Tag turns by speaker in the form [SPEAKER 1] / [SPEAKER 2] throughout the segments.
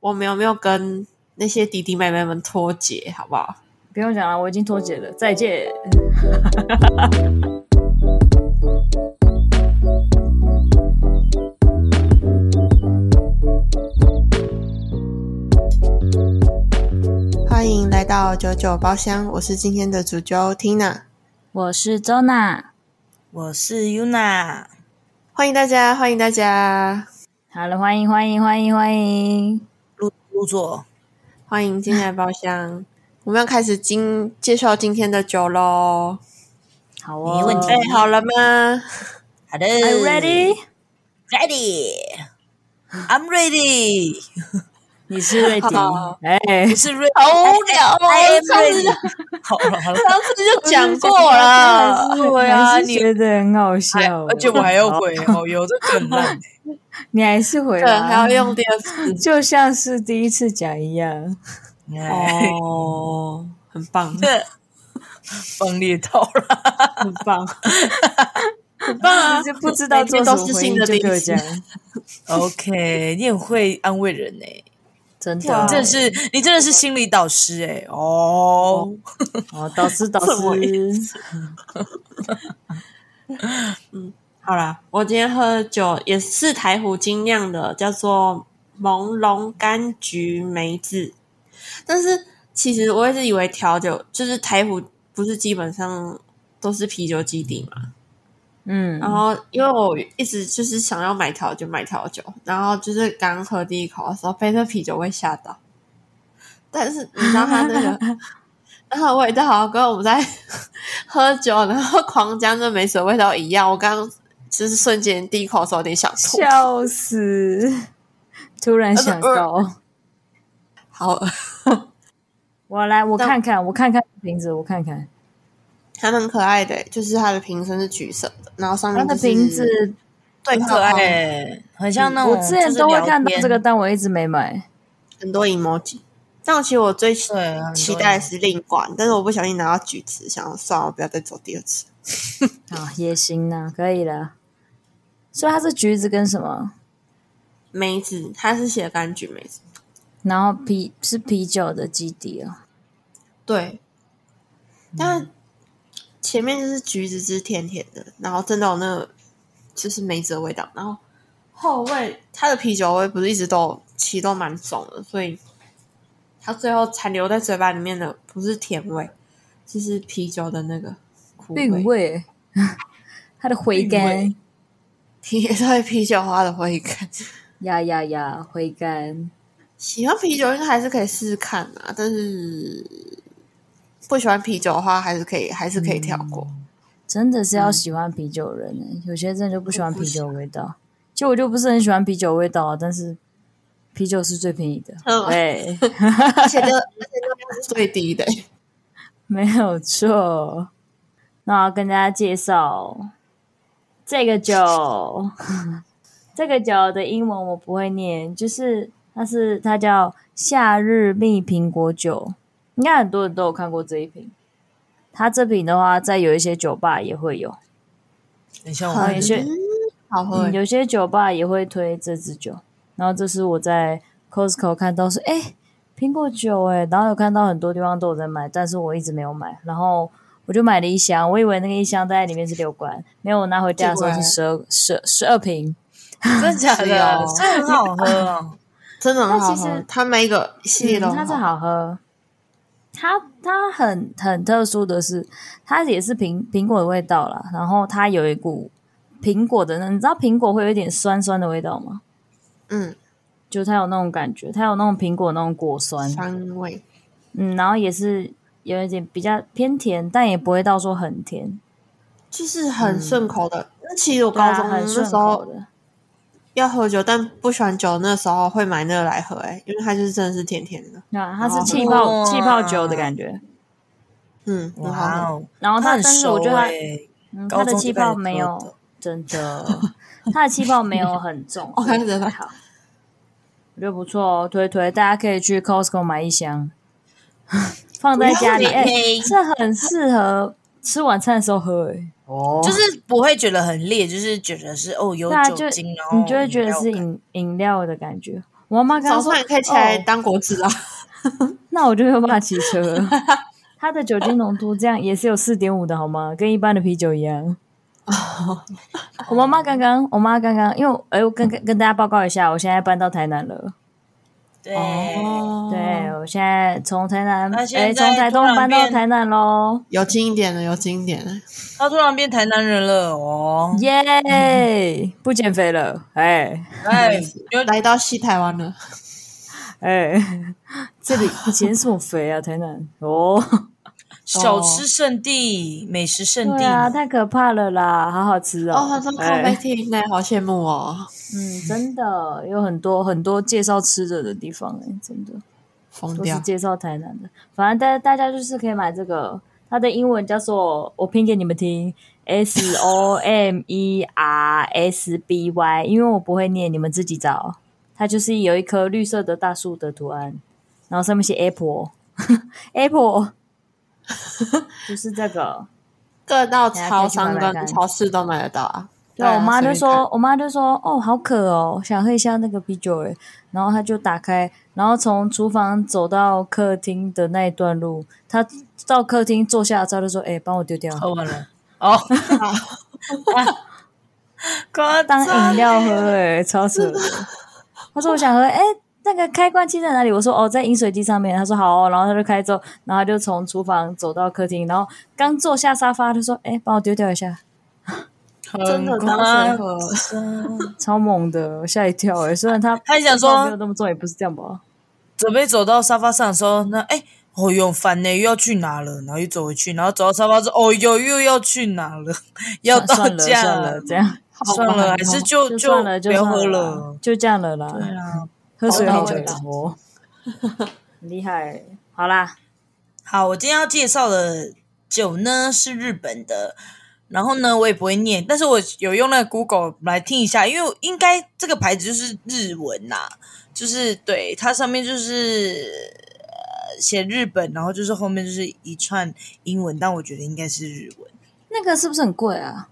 [SPEAKER 1] 我们有没有跟那些弟弟妹妹们脱节，好不好？
[SPEAKER 2] 不用讲了，我已经脱节了，再见。
[SPEAKER 1] 欢迎来到九九包厢，我是今天的主角 Tina，
[SPEAKER 2] 我是周娜
[SPEAKER 3] 我是 Yuna，
[SPEAKER 1] 欢迎大家，欢迎大家，
[SPEAKER 2] 好了，欢迎欢迎欢迎欢迎。
[SPEAKER 3] 入入座，
[SPEAKER 1] 欢迎进来包厢。 我们要开始今介绍今天的酒喽。
[SPEAKER 2] 好哦，
[SPEAKER 3] 没问题
[SPEAKER 1] 哎、好了吗？
[SPEAKER 3] 好的
[SPEAKER 2] Are you ready？
[SPEAKER 3] ready，I'm ready，
[SPEAKER 2] 你是瑞迪
[SPEAKER 1] 好，
[SPEAKER 2] 哎，
[SPEAKER 3] 你是 ready，哎
[SPEAKER 1] 好无聊哦
[SPEAKER 3] I'm
[SPEAKER 1] 上次
[SPEAKER 3] 哎 ready，好 了好了，
[SPEAKER 1] 上次就讲过了，对啊，
[SPEAKER 2] 还是
[SPEAKER 1] 你
[SPEAKER 2] 觉得很好笑，
[SPEAKER 3] 而且啊我还要回哦，有这更 烂，
[SPEAKER 2] 你还是回
[SPEAKER 1] 对啊
[SPEAKER 2] 来，
[SPEAKER 1] 还要用第二次
[SPEAKER 2] 就像是第一次讲一样。
[SPEAKER 3] 哎，
[SPEAKER 1] 哦，很棒，
[SPEAKER 3] 这放裂到了，
[SPEAKER 1] 很 棒，很棒啊！
[SPEAKER 2] 就不知道做什么回应就给我讲，
[SPEAKER 3] OK，你很会安慰人呢、
[SPEAKER 2] 真
[SPEAKER 1] 哇
[SPEAKER 2] 的，
[SPEAKER 3] 真的是你真的是心理导师哎、哦，
[SPEAKER 2] 哦，导师导
[SPEAKER 1] 什么意
[SPEAKER 2] 师，
[SPEAKER 1] 好啦，我今天喝酒也是台虎精酿的，叫做朦胧柑橘梅子。但是其实我一直以为调酒就是台虎，不是基本上都是啤酒基底嘛。
[SPEAKER 2] 嗯，
[SPEAKER 1] 然后因为我一直就是想要买调酒，买调酒，然后就是刚喝第一口的时候被这啤酒味吓到。但是你知道它那个，然后味道好像跟我们在 喝酒然后狂浆跟没水味道一样。我刚刚就是瞬间第一口的时候有点想吐，
[SPEAKER 2] 笑死！突然想到，
[SPEAKER 1] 好，
[SPEAKER 2] 我来，我嗯看看，我看看瓶子，我看看
[SPEAKER 1] 还蛮可爱的，就是它的瓶身是橘色的，然后上
[SPEAKER 2] 它
[SPEAKER 1] 面
[SPEAKER 2] 的
[SPEAKER 1] 就是
[SPEAKER 2] 瓶子，
[SPEAKER 1] 对
[SPEAKER 3] 很可爱、，欸，很像那种、
[SPEAKER 2] 我之前都会看到这个，，但我一直没买。
[SPEAKER 1] 很多 emoji。但其实我最期
[SPEAKER 3] 对，很多
[SPEAKER 1] 期待的是另一款，但是我不小心拿到橘子，想要算了，我不要再走第二次。
[SPEAKER 2] 啊，也行啦，可以啦。所以它是橘子跟什么？
[SPEAKER 1] 梅子，它是写柑橘梅子。
[SPEAKER 2] 然后啤是啤酒的基底哦。
[SPEAKER 1] 对，但前面就是橘子汁甜甜的，然后真的有那个就是梅子的味道，然后后味它的啤酒味不是一直都其实都蛮重的，所以它最后残留在嘴巴里面的不是甜味，就是啤酒的那个苦
[SPEAKER 2] 韵
[SPEAKER 1] 味，
[SPEAKER 2] 味， 它的回
[SPEAKER 3] 韵
[SPEAKER 2] 甘
[SPEAKER 3] 味，
[SPEAKER 1] 啤对啤酒花的回甘。
[SPEAKER 2] 呀呀呀，回甘。
[SPEAKER 1] 喜欢啤酒应该还是可以试试看啊，但是不喜欢啤酒的话，还是可以还是可以跳过。
[SPEAKER 2] 真的是要喜欢啤酒的人、欸有些真的就不喜欢啤酒的味道。就嗯我就不是很喜欢啤酒的味道啊，但是啤酒是最便宜 的，
[SPEAKER 1] 嗯
[SPEAKER 2] 对，
[SPEAKER 1] 而且这而且这量是最低 的、
[SPEAKER 2] 没有错。那我要跟大家介绍这个酒，这个酒的英文我不会念，就是它是它叫夏日蜜苹果酒，应该很多人都有看过这一瓶。它这瓶的话，在有一些酒吧也会有。
[SPEAKER 3] 很像我
[SPEAKER 1] 好
[SPEAKER 2] 嗯
[SPEAKER 3] 们
[SPEAKER 2] 也是
[SPEAKER 1] 好喝、
[SPEAKER 2] 嗯，有些酒吧也会推这支酒，然后这是我在 Costco 看到是哎、诶苹果酒哎、然后有看到很多地方都有在卖，但是我一直没有买，然后我就买了一箱，我以为那个一箱大概里面是六罐，没有，我拿回家的时候是十二十十二瓶，
[SPEAKER 3] 真的假
[SPEAKER 1] 是哦
[SPEAKER 3] 的？这很好喝 哦，
[SPEAKER 1] 真的很好
[SPEAKER 2] 但其实
[SPEAKER 1] 喝。它每一个系列都
[SPEAKER 2] 嗯它
[SPEAKER 1] 很
[SPEAKER 2] 是
[SPEAKER 1] 好喝，
[SPEAKER 2] 好喝。它它很很特殊的是，它也是苹苹果的味道啦，然后它有一股苹果的那，你知道苹果会有一点酸酸的味道吗？
[SPEAKER 1] 嗯，
[SPEAKER 2] 就它有那种感觉，它有那种苹果那种果酸，
[SPEAKER 1] 酸味，
[SPEAKER 2] 嗯，然后也是有一点比较偏甜，但也不会到说很甜，
[SPEAKER 1] 就是很顺口的。那其实我
[SPEAKER 2] 嗯对啊
[SPEAKER 1] 高中那
[SPEAKER 2] 很顺
[SPEAKER 1] 时
[SPEAKER 2] 口
[SPEAKER 1] 候
[SPEAKER 2] 的，
[SPEAKER 1] 要喝酒，但不喜欢酒，那时候会买那个来喝、哎，因为它就是真的是甜甜的，
[SPEAKER 2] 对啊，它是
[SPEAKER 1] 哦
[SPEAKER 2] 气泡气泡酒的
[SPEAKER 3] 哇
[SPEAKER 2] 感觉，
[SPEAKER 1] 嗯，很
[SPEAKER 3] 哇
[SPEAKER 1] 好
[SPEAKER 3] 哦，
[SPEAKER 2] 然后
[SPEAKER 3] 它
[SPEAKER 2] 它
[SPEAKER 3] 很
[SPEAKER 2] 但是我
[SPEAKER 3] 熟
[SPEAKER 2] 觉得它
[SPEAKER 3] 哎、
[SPEAKER 2] 嗯，
[SPEAKER 3] 高
[SPEAKER 2] 它的
[SPEAKER 3] 中
[SPEAKER 2] 气
[SPEAKER 3] 就开始
[SPEAKER 2] 泡没
[SPEAKER 3] 喝
[SPEAKER 2] 有
[SPEAKER 3] 的
[SPEAKER 2] 真的，它的气泡没有 很重，
[SPEAKER 1] 我开始
[SPEAKER 2] 所以
[SPEAKER 1] 在
[SPEAKER 2] 还好，我觉得不错哦，推推，大家可以去 Costco 买一箱， 放在家里，
[SPEAKER 3] 不要
[SPEAKER 2] 哎、
[SPEAKER 3] 推
[SPEAKER 2] 这很适合吃晚餐的时候喝、哎，哦
[SPEAKER 3] 就是不会觉得很烈，就是觉得是哦有
[SPEAKER 2] 对啊，
[SPEAKER 3] 酒
[SPEAKER 2] 就
[SPEAKER 3] 精，然后
[SPEAKER 2] 你就会觉得是
[SPEAKER 3] 哦饮料感
[SPEAKER 2] 饮饮料的感觉。我妈妈刚
[SPEAKER 1] 早
[SPEAKER 2] 刚说
[SPEAKER 1] 上也可以起来
[SPEAKER 2] 哦
[SPEAKER 1] 当果汁啊。
[SPEAKER 2] 那我就没有办法骑车 了。它的酒精浓度这样也是有四点五的好吗？跟一般的啤酒一样。
[SPEAKER 3] 哦
[SPEAKER 2] 我妈妈刚刚，我妈刚刚，因为我哎、我跟跟跟大家报告一下，我现在搬到台南了。
[SPEAKER 3] 对，
[SPEAKER 2] 哦
[SPEAKER 1] 哦
[SPEAKER 2] 对，我现在从台南，
[SPEAKER 3] 哦那
[SPEAKER 2] 哎、
[SPEAKER 3] 现在
[SPEAKER 2] 从台东
[SPEAKER 3] 突然
[SPEAKER 2] 搬到
[SPEAKER 3] 变
[SPEAKER 2] 台南喽，
[SPEAKER 1] 有经一点的，有经一点的。
[SPEAKER 3] 他突然变台南人了 哦，
[SPEAKER 2] 耶、不减肥了，哎、
[SPEAKER 3] 哎，有
[SPEAKER 2] 哦
[SPEAKER 1] 来到西台湾了，
[SPEAKER 2] 哎、这里减什么肥啊？台南哦，
[SPEAKER 3] 小吃圣地、美食圣
[SPEAKER 2] 对
[SPEAKER 3] 地，
[SPEAKER 2] 啊，太可怕了啦，好好吃哦，
[SPEAKER 1] 哦，好像咖
[SPEAKER 2] 哎
[SPEAKER 1] 啡厅呢，好羡慕哦，
[SPEAKER 2] 嗯，真的有很多很多介绍吃的的地方、哎，真的
[SPEAKER 1] 疯
[SPEAKER 2] 都是
[SPEAKER 1] 掉。
[SPEAKER 2] 介绍台南的。反正大大家就是可以买这个，它的英文叫做我拼给你们听，S O M E R S B Y，因为我不会念，你们自己找。它就是有一棵绿色的大树的图案，然后上面写 apple，apple，就是这个。
[SPEAKER 1] 各到超商
[SPEAKER 2] 大家可
[SPEAKER 1] 跟
[SPEAKER 2] 以去买买看
[SPEAKER 1] 超市都买得到啊。
[SPEAKER 2] 对，我妈
[SPEAKER 1] 随便
[SPEAKER 2] 就
[SPEAKER 1] 看
[SPEAKER 2] 说，我妈就说，哦，好渴哦，想喝一下那个啤酒诶。然后她就打开，然后从厨房走到客厅的那一段路，她到客厅坐下之后就说，哎、帮我丢掉，
[SPEAKER 3] 喝完了 哦， 啊夸
[SPEAKER 2] 当饮
[SPEAKER 3] 张
[SPEAKER 2] 料喝诶，超扯的。她说我想喝，哎、那个开关器在哪里？我说哦，在饮水机上面。她说好、哦，然后她就开之后，然后她就从厨房走到客厅，然后刚坐下沙发，她说，哎、帮我丢掉一下，
[SPEAKER 3] 嗯
[SPEAKER 1] 真的当水喝，
[SPEAKER 2] 超猛的，我吓一跳诶。虽然她
[SPEAKER 3] 她想说
[SPEAKER 2] 没有那么重，也不是这样吧。
[SPEAKER 3] 准备走到沙发上的时候，那哎，哦哟，烦呢，又要去哪了？然后又走回去，然后走到沙发说，哦哟，又要去哪了？ 要到
[SPEAKER 2] 算了
[SPEAKER 3] 家
[SPEAKER 2] 算了，这样
[SPEAKER 1] 好
[SPEAKER 3] 算了，
[SPEAKER 1] 吧
[SPEAKER 3] 还是就
[SPEAKER 2] 就算了，
[SPEAKER 3] 不
[SPEAKER 2] 就
[SPEAKER 3] 要
[SPEAKER 2] 算
[SPEAKER 3] 喝
[SPEAKER 2] 了
[SPEAKER 3] 了。，
[SPEAKER 2] 就这样了啦。
[SPEAKER 3] 对啊，
[SPEAKER 2] 喝水
[SPEAKER 1] 好
[SPEAKER 2] 喝
[SPEAKER 1] 啦好
[SPEAKER 2] 酒
[SPEAKER 1] 啦
[SPEAKER 2] 直播， 很厉害。好啦，
[SPEAKER 3] 好，我今天要介绍的酒呢是日本的，然后呢我也不会念，但是我有用那个 Google 来听一下，因为应该这个牌子就是日文呐、就是对它上面就是、呃、写日本，然后就是后面就是一串英文，但我觉得应该是日文。
[SPEAKER 2] 那个是不是很贵啊？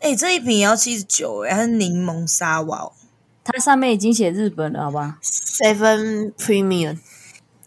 [SPEAKER 3] 哎、这一瓶也要七十九，哎，它是柠檬沙瓦哦、
[SPEAKER 2] 它上面已经写日本了，好 吧？
[SPEAKER 1] Seven Premium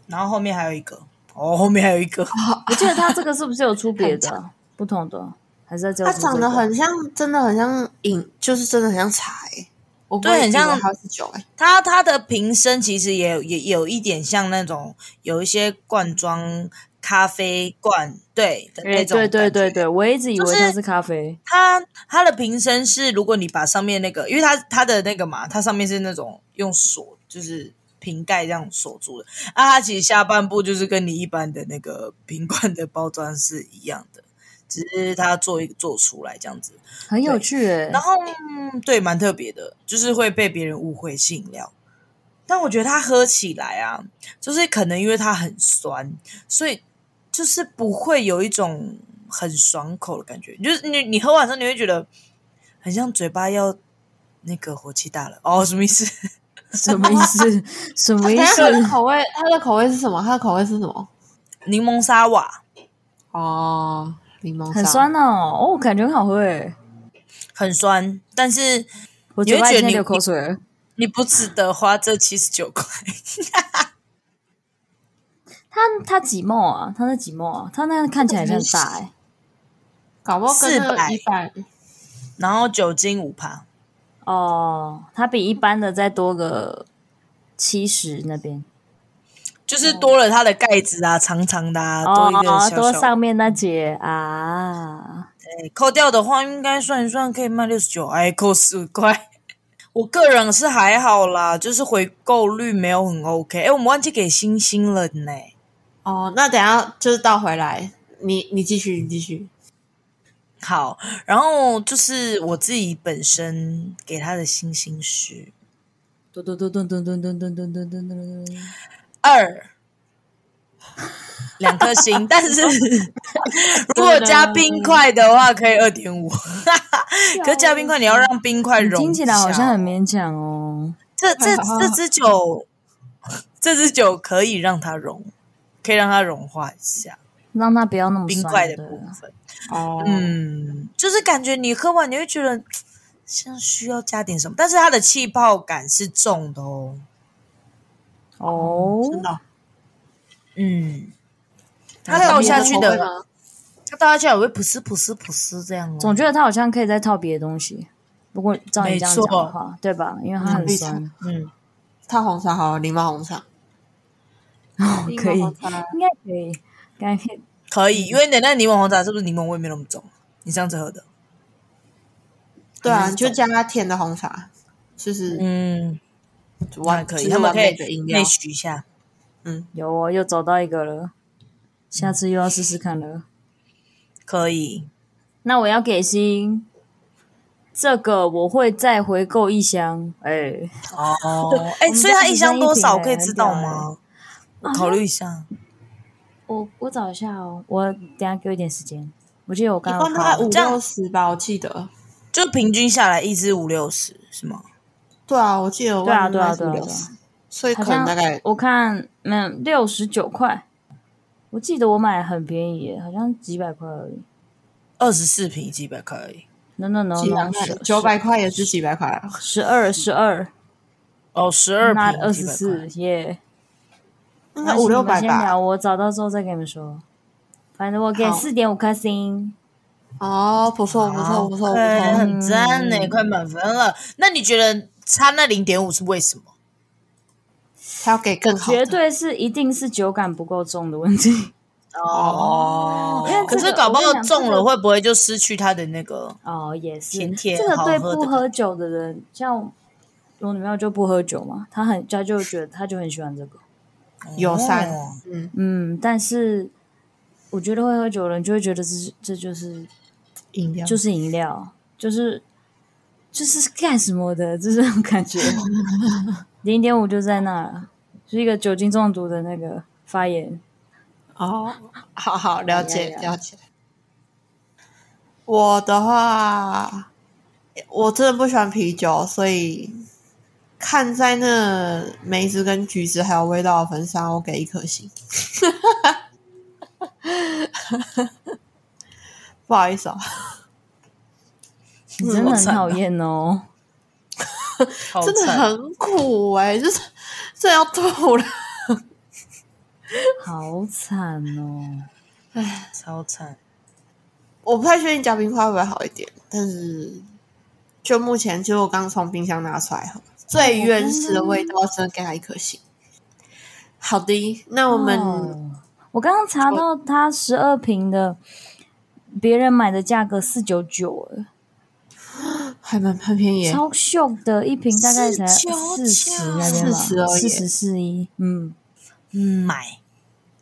[SPEAKER 3] 然后后面还有一个，哦，后面还有一个，
[SPEAKER 2] 我记得它这个是不是有出别的、不同的，还是在
[SPEAKER 1] 它长得很像，真的很像饮，就是真的很像茶诶、我不会
[SPEAKER 3] 对很像
[SPEAKER 1] 以为它是酒诶、欸
[SPEAKER 3] 它它的瓶身其实也有也有一点像那种有一些罐装咖啡罐对的
[SPEAKER 2] 哎、
[SPEAKER 3] 那种、
[SPEAKER 2] 对对对，对，我一直以为
[SPEAKER 3] 就是
[SPEAKER 2] 它是咖啡，
[SPEAKER 3] 它它的瓶身是如果你把上面那个，因为它它的那个嘛，它上面是那种用锁就是瓶盖这样锁住的啊，它其实下半部就是跟你一般的那个瓶罐的包装是一样的，只是它做一做出来这样子。
[SPEAKER 2] 很有趣哎、
[SPEAKER 3] 然后、嗯对，蛮特别的，就是会被别人误会是饮料。但我觉得它喝起来啊，就是可能因为它很酸，所以就是不会有一种很爽口的感觉。就是你你喝完之后，你会觉得很像嘴巴要那个火气大了哦，什么意思？
[SPEAKER 2] 什么意思？什么意
[SPEAKER 1] 啊等一下
[SPEAKER 2] 思
[SPEAKER 1] 它？的口味，它的口味是什么？它的口味是什么？
[SPEAKER 3] 柠檬沙瓦
[SPEAKER 1] 哦，柠檬
[SPEAKER 2] 很
[SPEAKER 1] 沙
[SPEAKER 2] 酸哦，哦，感觉很好喝哎、
[SPEAKER 3] 很酸，但是
[SPEAKER 2] 我
[SPEAKER 3] 你
[SPEAKER 2] 嘴
[SPEAKER 3] 会
[SPEAKER 2] 巴
[SPEAKER 3] 觉
[SPEAKER 2] 已
[SPEAKER 3] 得
[SPEAKER 2] 经
[SPEAKER 3] 你
[SPEAKER 2] 流口水了。
[SPEAKER 3] 你不值得花这七十九块。
[SPEAKER 2] 他他几毛啊？他那几毛啊？他那看起来像大哎、
[SPEAKER 1] 搞不好跟那个
[SPEAKER 3] 400
[SPEAKER 1] 一百
[SPEAKER 3] 然后酒精五趴，
[SPEAKER 2] 哦，他比一般的再多个七十那边
[SPEAKER 3] 就是多了它的盖子啊，长长的啊，
[SPEAKER 2] 哦
[SPEAKER 3] 多一个小小的
[SPEAKER 2] 多上面那节啊，
[SPEAKER 3] 扣掉的话，应该算一算可以卖六十九，哎，扣十块。 我个人是还好啦，就是回购率没有很 OK。哎，我们忘记给星星了呢。
[SPEAKER 1] 哦，那等一下就是倒回来，你你继续，你继续。
[SPEAKER 3] 好，然后就是我自己本身给他的星星是
[SPEAKER 2] 咚咚咚咚咚咚咚咚咚咚咚咚咚，
[SPEAKER 3] 二，两颗星。但是如果加冰块的话，可以二点五。可是加冰块，你要让冰块融，
[SPEAKER 2] 听起来好像很勉强哦。
[SPEAKER 3] 这这这支酒，这支酒可以让它融，可以让它融化一下
[SPEAKER 2] 让它不要那么
[SPEAKER 3] 冰
[SPEAKER 2] 酸
[SPEAKER 3] 块的
[SPEAKER 2] 对
[SPEAKER 3] 部分。
[SPEAKER 1] 哦，
[SPEAKER 3] 嗯，就是感觉你喝完你会觉得嘖像需要加点什么，但是它的气泡感是重的哦。
[SPEAKER 2] 哦，
[SPEAKER 1] 真的哦。
[SPEAKER 3] 嗯，它
[SPEAKER 1] 还有
[SPEAKER 3] 倒
[SPEAKER 1] 别
[SPEAKER 3] 下去
[SPEAKER 1] 口味
[SPEAKER 3] 的，
[SPEAKER 2] 嗯
[SPEAKER 1] 吗？
[SPEAKER 3] 它倒下去也会噗呲噗呲噗呲这样哦。
[SPEAKER 2] 总觉得它好像可以再套别的东西。如果照你这样讲
[SPEAKER 3] 没错
[SPEAKER 2] 的话，对吧？因为它很酸，
[SPEAKER 3] 嗯，
[SPEAKER 1] 套红茶好了，柠檬红茶。
[SPEAKER 2] 哦，可以，
[SPEAKER 1] 柠檬红茶
[SPEAKER 2] 应该可以，感觉可以
[SPEAKER 3] 可
[SPEAKER 1] 嗯
[SPEAKER 3] 以，因为你那柠檬红茶是不是柠檬味没那么重？你上次喝的，
[SPEAKER 1] 对啊，
[SPEAKER 3] 嗯
[SPEAKER 1] 你就加甜的红茶，就是
[SPEAKER 3] 嗯，
[SPEAKER 1] 完
[SPEAKER 3] 可
[SPEAKER 1] 就
[SPEAKER 3] 以，
[SPEAKER 1] 是
[SPEAKER 3] 他们
[SPEAKER 1] 完
[SPEAKER 3] 可
[SPEAKER 1] 美
[SPEAKER 3] 以
[SPEAKER 1] 的饮料
[SPEAKER 3] 内。许一下。
[SPEAKER 2] 有哦，又找到一个了，下次又要试试看了。
[SPEAKER 3] 可以，
[SPEAKER 2] 那我要给星，这个我会再回购一箱，哎、
[SPEAKER 3] 哦，哎、所以它一箱多少可以知道吗？我考虑一下，
[SPEAKER 2] 我我找一下哦，我等一下给我一点时间。我记得我
[SPEAKER 1] 一
[SPEAKER 2] 刚刚
[SPEAKER 1] 罐大概
[SPEAKER 2] 有
[SPEAKER 1] 五
[SPEAKER 3] 这样
[SPEAKER 1] 六十吧，我记得。
[SPEAKER 3] 就平均下来一支五六十是吗？
[SPEAKER 1] 对啊，我记得我
[SPEAKER 2] 对啊
[SPEAKER 1] 忘记
[SPEAKER 2] 对啊
[SPEAKER 1] 买是
[SPEAKER 2] 对啊
[SPEAKER 1] 五六
[SPEAKER 2] 对啊
[SPEAKER 1] 十所以
[SPEAKER 2] 好
[SPEAKER 1] 可能
[SPEAKER 2] 像
[SPEAKER 1] 大概
[SPEAKER 2] 我看没有六十九块，我记得我买很便宜耶，好像几百块而已。
[SPEAKER 3] 二十四瓶几百块而已。
[SPEAKER 2] no no no
[SPEAKER 1] 几百
[SPEAKER 2] no，
[SPEAKER 1] 块，九百块也是几百块啊。
[SPEAKER 2] 十二十二，
[SPEAKER 3] 哦，十二
[SPEAKER 2] 那
[SPEAKER 3] 瓶
[SPEAKER 2] 二十
[SPEAKER 3] 几百
[SPEAKER 2] 四
[SPEAKER 3] 块
[SPEAKER 2] 耶，
[SPEAKER 1] 应该五六百
[SPEAKER 2] 没关系你们先
[SPEAKER 1] 吧。
[SPEAKER 2] 聊，我找到之后再跟你们说。反正我给
[SPEAKER 1] 好
[SPEAKER 2] 四点五颗星，
[SPEAKER 1] 哦，不错，不错，
[SPEAKER 3] 好
[SPEAKER 1] 不错，不
[SPEAKER 3] 对
[SPEAKER 1] 错。
[SPEAKER 3] 很赞呢，快满分了。那你觉得差那零点五是为什么？
[SPEAKER 1] 他要给更好的，
[SPEAKER 2] 绝对是一定是酒感不够重的问题。
[SPEAKER 1] 哦
[SPEAKER 2] 因为
[SPEAKER 3] 可
[SPEAKER 2] 这
[SPEAKER 3] 是
[SPEAKER 2] 个
[SPEAKER 3] 搞不
[SPEAKER 2] 我跟
[SPEAKER 3] 好
[SPEAKER 2] 你讲
[SPEAKER 3] 中
[SPEAKER 2] 这
[SPEAKER 3] 了
[SPEAKER 2] 个
[SPEAKER 3] 会不会就失去它的那个？
[SPEAKER 2] 哦，也是，
[SPEAKER 3] 甜甜
[SPEAKER 2] 这个
[SPEAKER 3] 好
[SPEAKER 2] 对
[SPEAKER 3] 喝的
[SPEAKER 2] 不
[SPEAKER 3] 感
[SPEAKER 2] 喝酒的人，像我女朋友就不喝酒嘛，她很她就觉得她就很喜欢这个，
[SPEAKER 1] 友善
[SPEAKER 3] 哦
[SPEAKER 1] 嗯，
[SPEAKER 2] 嗯，但是我觉得会喝酒的人就会觉得这是这就是
[SPEAKER 1] 饮料
[SPEAKER 2] 就是饮料，就是就是干什么的，就是这种感觉， 零点五就在那了，是一个酒精中毒的那个发言，
[SPEAKER 1] 哦，好好了解
[SPEAKER 2] 哎呀呀
[SPEAKER 1] 了解。我的话，我真的不喜欢啤酒，所以看在那梅子跟橘子还有味道的份上，我给一颗星。 不好意思哦，
[SPEAKER 2] 你真的
[SPEAKER 3] 好
[SPEAKER 2] 很
[SPEAKER 3] 惨啊
[SPEAKER 2] 讨厌哦。
[SPEAKER 3] 好
[SPEAKER 1] 真的
[SPEAKER 3] 惨
[SPEAKER 1] 很苦哎、就是真的要吐了。
[SPEAKER 2] 好惨哦！
[SPEAKER 3] 超惨。
[SPEAKER 1] 我不太确定加冰块会不会好一点，但是就目前，就我刚从冰箱拿出来喝，最原始的味道，真的给它一颗星。好的，那我们、
[SPEAKER 2] 哦我刚刚查到它十二瓶的，别人买的价格四九九，
[SPEAKER 1] 还蛮很便宜耶，
[SPEAKER 2] 超秀的，一瓶大概才四十
[SPEAKER 3] 499
[SPEAKER 2] 那边吧，
[SPEAKER 1] 40而已
[SPEAKER 2] 四十四一，嗯，
[SPEAKER 3] 嗯，买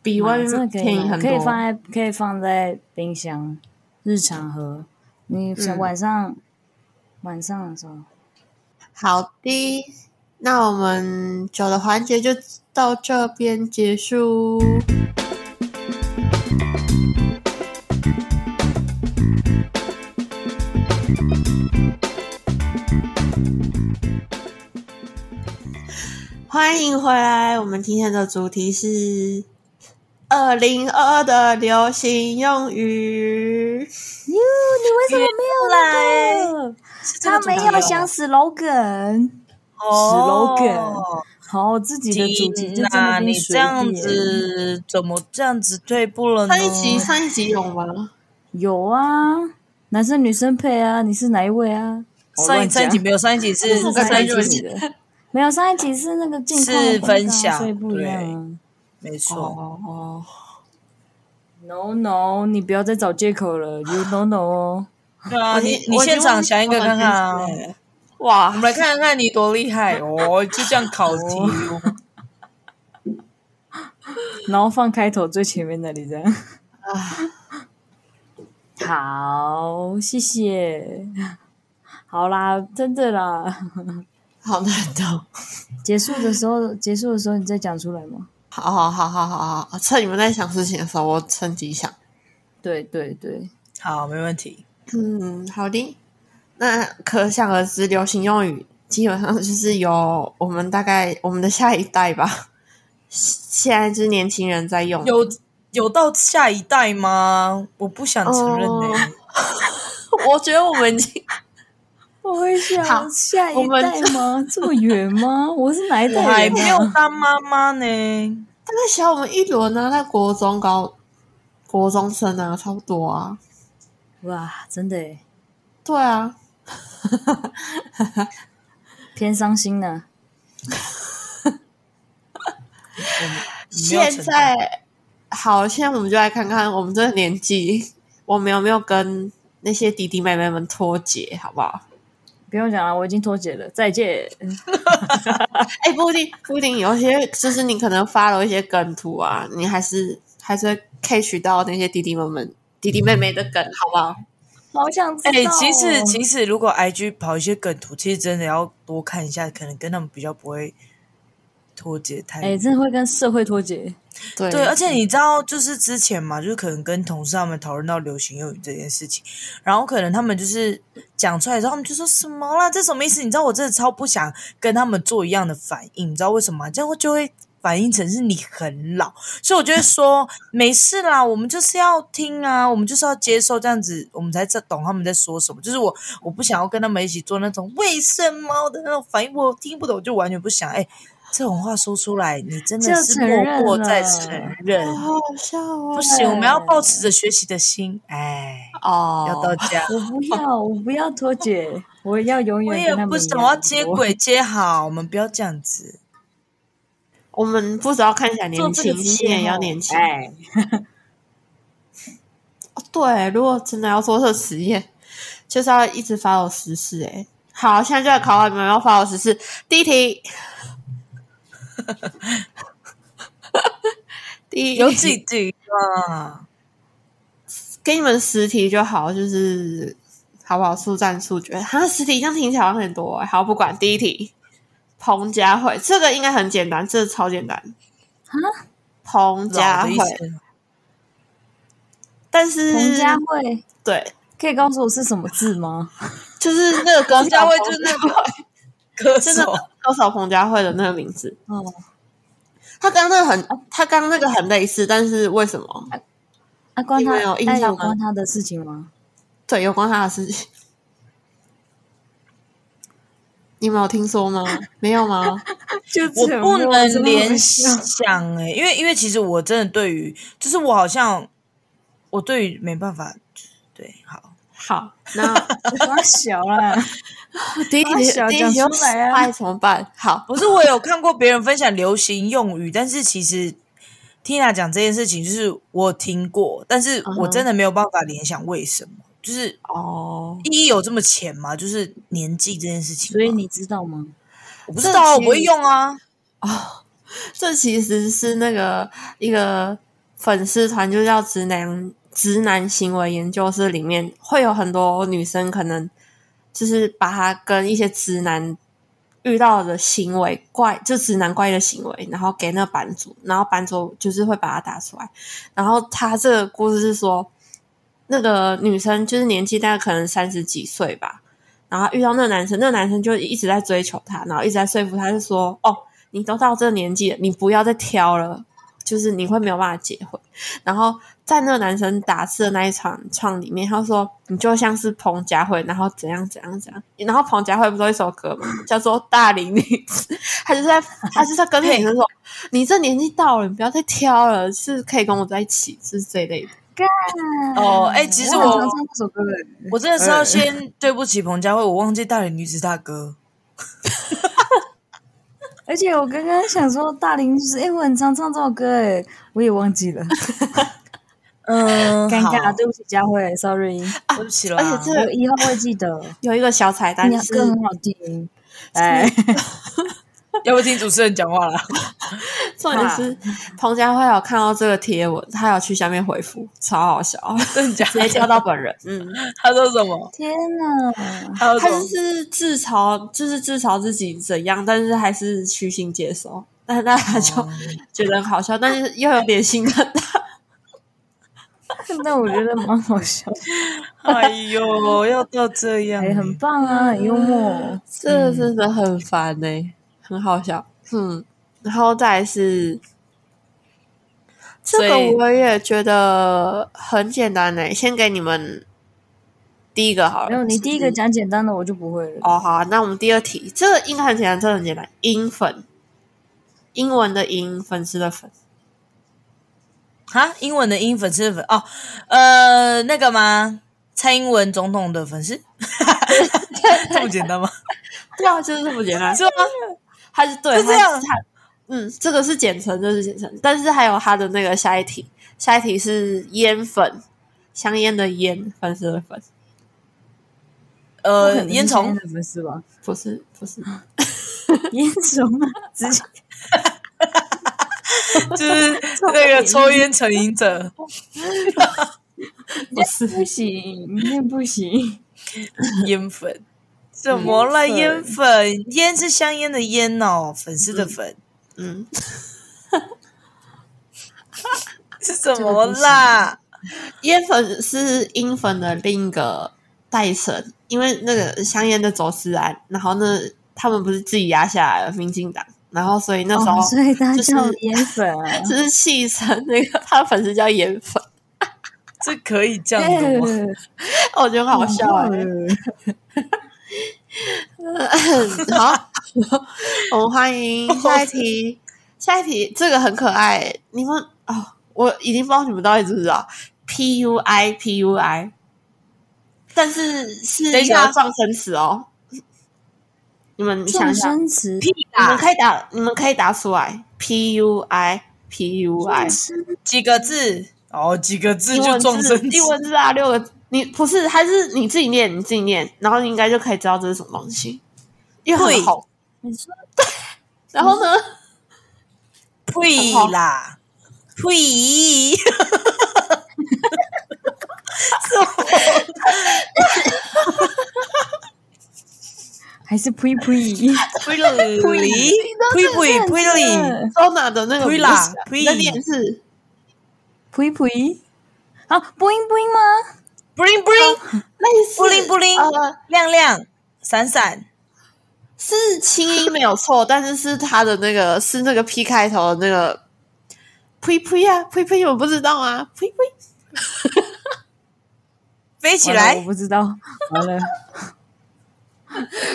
[SPEAKER 1] 比外
[SPEAKER 2] 真的
[SPEAKER 1] 面
[SPEAKER 2] 可
[SPEAKER 1] 便
[SPEAKER 2] 以
[SPEAKER 1] 宜
[SPEAKER 2] 买，
[SPEAKER 1] 很
[SPEAKER 2] 可以放
[SPEAKER 1] 多。
[SPEAKER 2] 在可以放在冰箱日常喝，你
[SPEAKER 1] 嗯
[SPEAKER 2] 晚上、晚上的时候，
[SPEAKER 1] 好的，那我们酒的环节就到这边结束。欢迎回来，我们今天的主题是二零二二的流行用语。
[SPEAKER 2] 哟，你为什么没有那个？他没有想死老梗。slogan
[SPEAKER 3] 哦
[SPEAKER 2] 好，自己的主题就真的
[SPEAKER 3] 那
[SPEAKER 2] 变
[SPEAKER 3] 你
[SPEAKER 2] 水
[SPEAKER 3] 这样
[SPEAKER 2] 扁
[SPEAKER 3] 子怎么这样子退步了呢？
[SPEAKER 1] 上一集上一集有吗？
[SPEAKER 2] 有啊，男生女生配啊，你是哪一位啊？
[SPEAKER 3] 上一上一集没有， 上一集哦是
[SPEAKER 2] 有，
[SPEAKER 1] 跟
[SPEAKER 2] 上
[SPEAKER 1] 三
[SPEAKER 2] 一
[SPEAKER 1] 集
[SPEAKER 2] 集
[SPEAKER 1] 是
[SPEAKER 2] 的， 没有上一集是那个近况的
[SPEAKER 3] 是分享
[SPEAKER 2] 所以不一样啊。
[SPEAKER 3] 没错，
[SPEAKER 1] 哦哦，
[SPEAKER 2] No no，你不要再找借口了，You no no 哦。
[SPEAKER 3] 对啊，
[SPEAKER 1] 我
[SPEAKER 3] 你
[SPEAKER 1] 已经
[SPEAKER 3] 你现场想一个
[SPEAKER 1] 我已经
[SPEAKER 3] 看看啊，
[SPEAKER 1] 忘记
[SPEAKER 3] 我
[SPEAKER 1] 哇，
[SPEAKER 3] 们来看看你多厉害哦，就这样考 题哦，
[SPEAKER 2] 然后放开头最前面那里这样。好，谢谢。好啦，真的啦。
[SPEAKER 1] 好难懂。
[SPEAKER 2] 结束的时候，结束的时候你再讲出来吗？
[SPEAKER 1] 好好好好好好，趁你们在想事情的时候，我趁机想。
[SPEAKER 2] 对对对，
[SPEAKER 3] 好，没问题。
[SPEAKER 1] 嗯，好的。那可想而知，流行用语基本上就是由我们大概我们的下一代吧， 现在就是年轻人在用。
[SPEAKER 3] 有有到下一代吗？我不想承认呢、
[SPEAKER 1] 哦我觉得我们已经
[SPEAKER 2] 我会
[SPEAKER 1] 好
[SPEAKER 2] 想下
[SPEAKER 1] 我
[SPEAKER 2] 一
[SPEAKER 1] 们
[SPEAKER 2] 代吗？ 这么远吗？我是哪一
[SPEAKER 3] 我还
[SPEAKER 2] 代
[SPEAKER 3] 没
[SPEAKER 2] 人
[SPEAKER 3] 有
[SPEAKER 2] 啊？
[SPEAKER 3] 当妈妈呢。
[SPEAKER 1] 大概小我们一轮呢、啊，在国中高国中生啊，差不多啊。
[SPEAKER 2] 哇，真的耶
[SPEAKER 1] 对啊，
[SPEAKER 2] 偏伤心呢。
[SPEAKER 3] 没有
[SPEAKER 1] 现
[SPEAKER 3] 成
[SPEAKER 1] 在好，现在我们就来看看我们这个年纪，我们有没有跟那些弟弟妹妹们脱节，好不好？
[SPEAKER 2] 不用讲了，我已经脱节了，再见。
[SPEAKER 1] 哎、不一定，不一定，有些就是你可能发了一些梗图啊，你还是还是会 catch 到那些弟弟们们、弟弟妹妹的梗，好不好？
[SPEAKER 2] 好想知道
[SPEAKER 3] 哎、
[SPEAKER 2] 哦、
[SPEAKER 3] 其实其实如果 IG 跑一些梗图，其实真的要多看一下，可能跟他们比较不会脱节太。
[SPEAKER 2] 哎、真的会跟社会脱节。
[SPEAKER 1] 对
[SPEAKER 3] 对，而且你知道，就是之前嘛，就是可能跟同事他们讨论到流行用语这件事情，然后可能他们就是讲出来之后，他们就说什么啦，这什么意思？你知道，我真的超不想跟他们做一样的反应，你知道为什么吗？这样我就会反应成是你很老，所以我就会说没事啦， 我们就是要听啊，我们就是要接受这样子，我们才知道懂他们在说什么。就是我我不想要跟他们一起做那种为什么的那种反应，我听不懂，我就完全不想哎。这种话说出来，你真
[SPEAKER 2] 就
[SPEAKER 3] 的
[SPEAKER 2] 是承认
[SPEAKER 3] 默默在
[SPEAKER 2] 了
[SPEAKER 3] 承认，
[SPEAKER 1] 好好笑哦！
[SPEAKER 3] 不行，我们要保持着学习的心，哎，
[SPEAKER 1] 哦，
[SPEAKER 3] 要到家。
[SPEAKER 2] 我不要，我不要脱节，我要永
[SPEAKER 3] 我
[SPEAKER 2] 远
[SPEAKER 3] 也
[SPEAKER 2] 跟他
[SPEAKER 3] 不
[SPEAKER 2] 们一
[SPEAKER 3] 想
[SPEAKER 2] 样。
[SPEAKER 3] 要接
[SPEAKER 2] 我，
[SPEAKER 3] 轨接好，我们不要这 样子。
[SPEAKER 1] 我们不只要看起来
[SPEAKER 2] 做
[SPEAKER 1] 年
[SPEAKER 2] 这
[SPEAKER 1] 轻，
[SPEAKER 2] 个极
[SPEAKER 1] 心
[SPEAKER 2] 限
[SPEAKER 1] 也要
[SPEAKER 3] 哦
[SPEAKER 2] 后
[SPEAKER 1] 年轻。
[SPEAKER 2] 哎，
[SPEAKER 1] 哦对，如果真的要做这个实验，就是要一直 follow 时事、哎，好，现在就来考考你们要 follow 时事。第一 题，第一
[SPEAKER 3] 有几句啊？
[SPEAKER 1] 给你们十题就好，就是好不好？速战速决。哈，十题这样听起来好像很多、欸，好不管。第一题，彭佳慧，这个应该很简单，这个超简单。彭佳
[SPEAKER 3] 老的
[SPEAKER 1] 慧
[SPEAKER 3] 意，思。
[SPEAKER 1] 但是
[SPEAKER 2] 彭佳慧
[SPEAKER 1] 对，
[SPEAKER 2] 可以告诉我是什么字吗？
[SPEAKER 1] 就是那个歌手
[SPEAKER 3] 彭佳慧就是
[SPEAKER 1] 那个
[SPEAKER 3] 歌
[SPEAKER 1] 真的
[SPEAKER 3] 手，
[SPEAKER 1] 歌手彭佳慧的那个名字。
[SPEAKER 2] 哦，
[SPEAKER 1] 他刚那个很，他刚那个很类似，但是为什么？
[SPEAKER 2] 啊，关
[SPEAKER 1] 你
[SPEAKER 2] 他
[SPEAKER 1] 们有印
[SPEAKER 2] 那
[SPEAKER 1] 象
[SPEAKER 2] 有
[SPEAKER 1] 吗
[SPEAKER 2] 关他的事情吗？
[SPEAKER 1] 对，有关他的事情。你们有听说吗？没有吗？
[SPEAKER 2] 就
[SPEAKER 3] 我
[SPEAKER 2] 沉
[SPEAKER 3] 不
[SPEAKER 2] 默
[SPEAKER 3] 能
[SPEAKER 2] 真的好
[SPEAKER 3] 联
[SPEAKER 2] 笑
[SPEAKER 3] 想哎、因为因为其实我真的对于，就是我好像我对于没办法，对，好，
[SPEAKER 1] 好，那
[SPEAKER 2] 我小 啦，
[SPEAKER 1] 第一题，
[SPEAKER 2] 啊小
[SPEAKER 1] 第一
[SPEAKER 2] 讲
[SPEAKER 1] 题就
[SPEAKER 2] 出来啊
[SPEAKER 1] 失败怎么办？好，
[SPEAKER 3] 不是我有看过别人分享流行用语，但是其实 Tina 讲这件事情，就是我有听过，但是
[SPEAKER 2] 嗯
[SPEAKER 3] 我真的没有办法联想为什么，就是
[SPEAKER 1] 哦，
[SPEAKER 3] 一有这么浅吗？就是年纪这件事情吗，
[SPEAKER 2] 所以你知道吗？
[SPEAKER 3] 我不知道
[SPEAKER 1] 这
[SPEAKER 3] 啊，我
[SPEAKER 1] 其实
[SPEAKER 3] 不会用啊。
[SPEAKER 1] 这其实是那个一个粉丝团，就叫直男直男行为研究室，里面会有很多女生可能就是把它跟一些直男遇到的行为怪，就直男怪的行为，然后给那个版主，然后版主就是会把它打出来。然后他这个故事是说，那个女生就是年纪大概可能三十几岁吧，然后遇到那个男生，那个男生就一直在追求她，然后一直在说服她，就说：“哦，你都到这个年纪了，你不要再挑了，就是你会没有办法结婚。”然后在那个男生打字的那一场创里面，他说：“你就像是彭佳慧，然后怎样怎样怎样。”然后彭佳慧不是有一首歌嘛，叫做《大龄女子》，他就在他就在跟那个女生说：“你这年纪到了，你不要再挑了，是可以跟我在一起，就是这一类的。”
[SPEAKER 3] 哦，哎、其实
[SPEAKER 2] 嗯我很常
[SPEAKER 3] 我
[SPEAKER 2] 唱这首歌哎的，
[SPEAKER 3] 我真的是要先对不起彭佳慧，我忘记大龄女子大哥。
[SPEAKER 2] 而且我刚刚想说大龄就是，哎，我很常唱这首歌，哎，我也忘记了，
[SPEAKER 3] 嗯，
[SPEAKER 2] 尴
[SPEAKER 3] 好啊
[SPEAKER 2] 尬，对不起，佳慧，sorry，
[SPEAKER 3] 对不起啦。
[SPEAKER 1] 而且
[SPEAKER 2] 我
[SPEAKER 1] 这
[SPEAKER 2] 以后会记得，
[SPEAKER 1] 有一个小彩蛋
[SPEAKER 2] 你
[SPEAKER 1] 是，
[SPEAKER 2] 歌很好听，哎，
[SPEAKER 3] 要不听主持人讲话啦。
[SPEAKER 1] 重点是 彭佳慧有看到这个贴文，她有去下面回复，超好笑，
[SPEAKER 3] 真的假
[SPEAKER 1] 直接叫
[SPEAKER 3] 的？
[SPEAKER 1] 到本人。 嗯，
[SPEAKER 3] 他说什么？
[SPEAKER 2] 天哪！
[SPEAKER 3] 他说
[SPEAKER 1] 她
[SPEAKER 3] 什么
[SPEAKER 1] 就？是自嘲，就是自嘲自己怎样，但是还是虚心接受。那那她就
[SPEAKER 3] 哦
[SPEAKER 1] 觉得很好笑，但是又有点心疼她。
[SPEAKER 2] 那我觉得蛮好笑的，
[SPEAKER 3] 哎呦，要到这 样，
[SPEAKER 2] 哎，很棒啊，很幽默。
[SPEAKER 1] 这真的很烦欸呢、很好笑。嗯，然后再来是这
[SPEAKER 3] 所
[SPEAKER 1] 个
[SPEAKER 3] 以
[SPEAKER 1] 欸我也觉得很简单呢、先给你们第一个好了。
[SPEAKER 2] 没有，你
[SPEAKER 1] 是
[SPEAKER 2] 第一个讲简单的，我就不会了。
[SPEAKER 1] 哦，好啊、那我们第二题，这个应该很简单，这个很简单，英粉，英文的英，粉丝的粉，
[SPEAKER 3] 哈，英文的英粉丝的粉哦，呃，那个吗？蔡英文总统的粉丝， 这么简单吗？
[SPEAKER 1] 对啊，就是这么简单。
[SPEAKER 3] 是吗？
[SPEAKER 1] 它是对，
[SPEAKER 3] 就这
[SPEAKER 1] 它
[SPEAKER 3] 样
[SPEAKER 1] 它嗯，这个是简称，这是简称，但是还有它的那个下一题，下一题是烟粉，香烟的烟，粉丝的粉，
[SPEAKER 2] 不可
[SPEAKER 3] 呃，
[SPEAKER 2] 能
[SPEAKER 3] 烟
[SPEAKER 2] 是香
[SPEAKER 3] 囱
[SPEAKER 2] 的粉丝吧？
[SPEAKER 1] 不是不是，
[SPEAKER 2] 烟囱啊，直接
[SPEAKER 3] 就是那个抽烟成瘾者，
[SPEAKER 1] 不是
[SPEAKER 2] 不行，那不行。
[SPEAKER 3] 烟粉，怎么了？烟粉，烟是香烟的烟哦，粉丝的粉、
[SPEAKER 1] 嗯，
[SPEAKER 3] 是怎么啦？
[SPEAKER 1] 烟粉是英粉的另一个代称，因为那个香烟的走私案，然后呢，他们不是自己压下来了民进党，然后所以那时候、
[SPEAKER 2] 哦，所以大
[SPEAKER 1] 就是
[SPEAKER 2] 家叫烟粉 啊。
[SPEAKER 1] 就是戏称那个他的粉丝叫盐粉，
[SPEAKER 3] 这可以这样的 吗？
[SPEAKER 1] 我觉得很好笑哎、
[SPEAKER 2] 欸
[SPEAKER 1] 好，我们欢迎下一题。下一题这个很可爱、你们哦，我已经不知道你们到底知不知道 P U I P U I，但是是
[SPEAKER 3] 等一下
[SPEAKER 1] 个撞声词哦。你们想
[SPEAKER 2] 撞
[SPEAKER 1] 一下，
[SPEAKER 2] 声词，
[SPEAKER 1] 你们可以打，你们可以打出来 P U I P U I，
[SPEAKER 3] 几个字？哦，几个字
[SPEAKER 1] 英
[SPEAKER 3] 就
[SPEAKER 1] 文
[SPEAKER 3] 撞
[SPEAKER 1] 字
[SPEAKER 3] 生词
[SPEAKER 1] 英文字啊，六个字。你不是，还是你自己念，你自己念，然后你应该就可以知道这是什么东西，因为
[SPEAKER 3] 对
[SPEAKER 1] 很好。
[SPEAKER 2] 你说
[SPEAKER 1] 然后呢，
[SPEAKER 3] 呸啦，呸！什
[SPEAKER 2] 还是呸呸？
[SPEAKER 3] 么呸哩？呸呸 呸哩？
[SPEAKER 1] 收纳的那个
[SPEAKER 3] 推啦
[SPEAKER 1] 不是
[SPEAKER 3] 推
[SPEAKER 1] 那念是
[SPEAKER 2] 呸呸？啊，不应不应吗？
[SPEAKER 3] bling bling
[SPEAKER 1] 类似
[SPEAKER 3] 布灵布灵
[SPEAKER 1] 呃，
[SPEAKER 3] 亮亮闪闪
[SPEAKER 1] 是清音没有错，但是是它的那个是那个 P 开头的那个呸呸啊呸呸，我不知道啊呸呸，
[SPEAKER 3] 飞起
[SPEAKER 2] 完了我
[SPEAKER 3] 来，
[SPEAKER 2] 不知道，完了。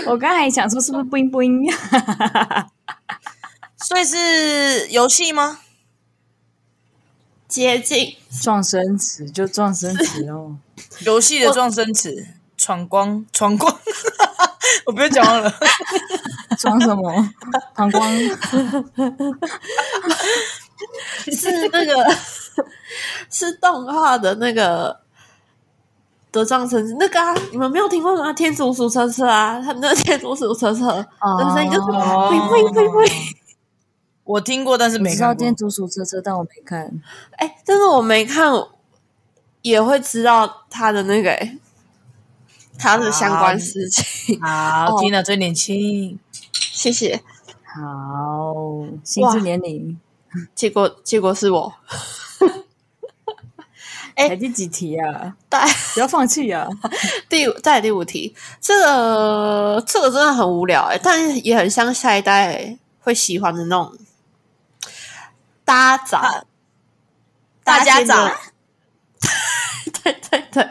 [SPEAKER 2] 我刚才想说是不是不应不应？
[SPEAKER 3] 所以是游戏吗？
[SPEAKER 1] 接近
[SPEAKER 2] 撞声词就撞声词哦。
[SPEAKER 3] 游戏的撞生词，闯光闯光， 我不要讲完了。
[SPEAKER 2] 装什么？膀 胱
[SPEAKER 1] 是那个是动画的那个。德藏神那个啊，你们没有听过吗？天竺鼠车车啊，他们那天竺鼠车车，那声音就是
[SPEAKER 2] 哦
[SPEAKER 1] 呸呸呸呸。
[SPEAKER 3] 我听过，但是
[SPEAKER 2] 我
[SPEAKER 3] 没
[SPEAKER 2] 知道
[SPEAKER 3] 看
[SPEAKER 2] 今天
[SPEAKER 3] 过。
[SPEAKER 2] 竹鼠车车，但我没看。
[SPEAKER 1] 哎，但是我没看，也会知道他的那个、哎他的相关事情。
[SPEAKER 3] 好
[SPEAKER 1] 哦
[SPEAKER 3] ，Tina 最年轻，
[SPEAKER 1] 谢谢。
[SPEAKER 2] 好，心智年龄
[SPEAKER 1] 结果结果是我，哎
[SPEAKER 2] 才第几题啊？
[SPEAKER 1] 带
[SPEAKER 2] 不要放弃啊！
[SPEAKER 1] 第五带第五题，这个这个真的很无聊哎、但也很像下一代会喜欢的那种搭长、
[SPEAKER 3] 大
[SPEAKER 1] 搭
[SPEAKER 3] 家
[SPEAKER 1] 肩的
[SPEAKER 3] 长，
[SPEAKER 1] 对对对，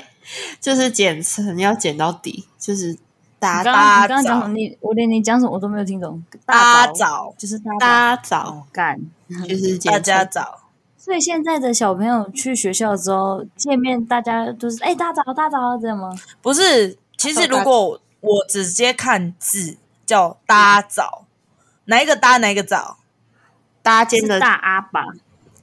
[SPEAKER 1] 就是剪成要剪到底，就是搭
[SPEAKER 2] 你刚刚
[SPEAKER 1] 搭
[SPEAKER 2] 你刚刚讲什
[SPEAKER 1] 早
[SPEAKER 2] 么？你我连你讲什么我都没有听懂。
[SPEAKER 3] 大
[SPEAKER 2] 早
[SPEAKER 3] 早，
[SPEAKER 2] 就是大早
[SPEAKER 1] 搭早，
[SPEAKER 2] 哦干。
[SPEAKER 1] 就是简
[SPEAKER 3] 大家
[SPEAKER 1] 称
[SPEAKER 3] 早，
[SPEAKER 2] 所以现在的小朋友去学校之后见面，大家都是哎、大早大早这样吗？
[SPEAKER 3] 不是。其
[SPEAKER 1] 啊
[SPEAKER 3] 实如果我直接看字叫搭早，哪一个搭哪一个早，
[SPEAKER 1] 搭肩
[SPEAKER 2] 是
[SPEAKER 1] 的
[SPEAKER 2] 大阿吧？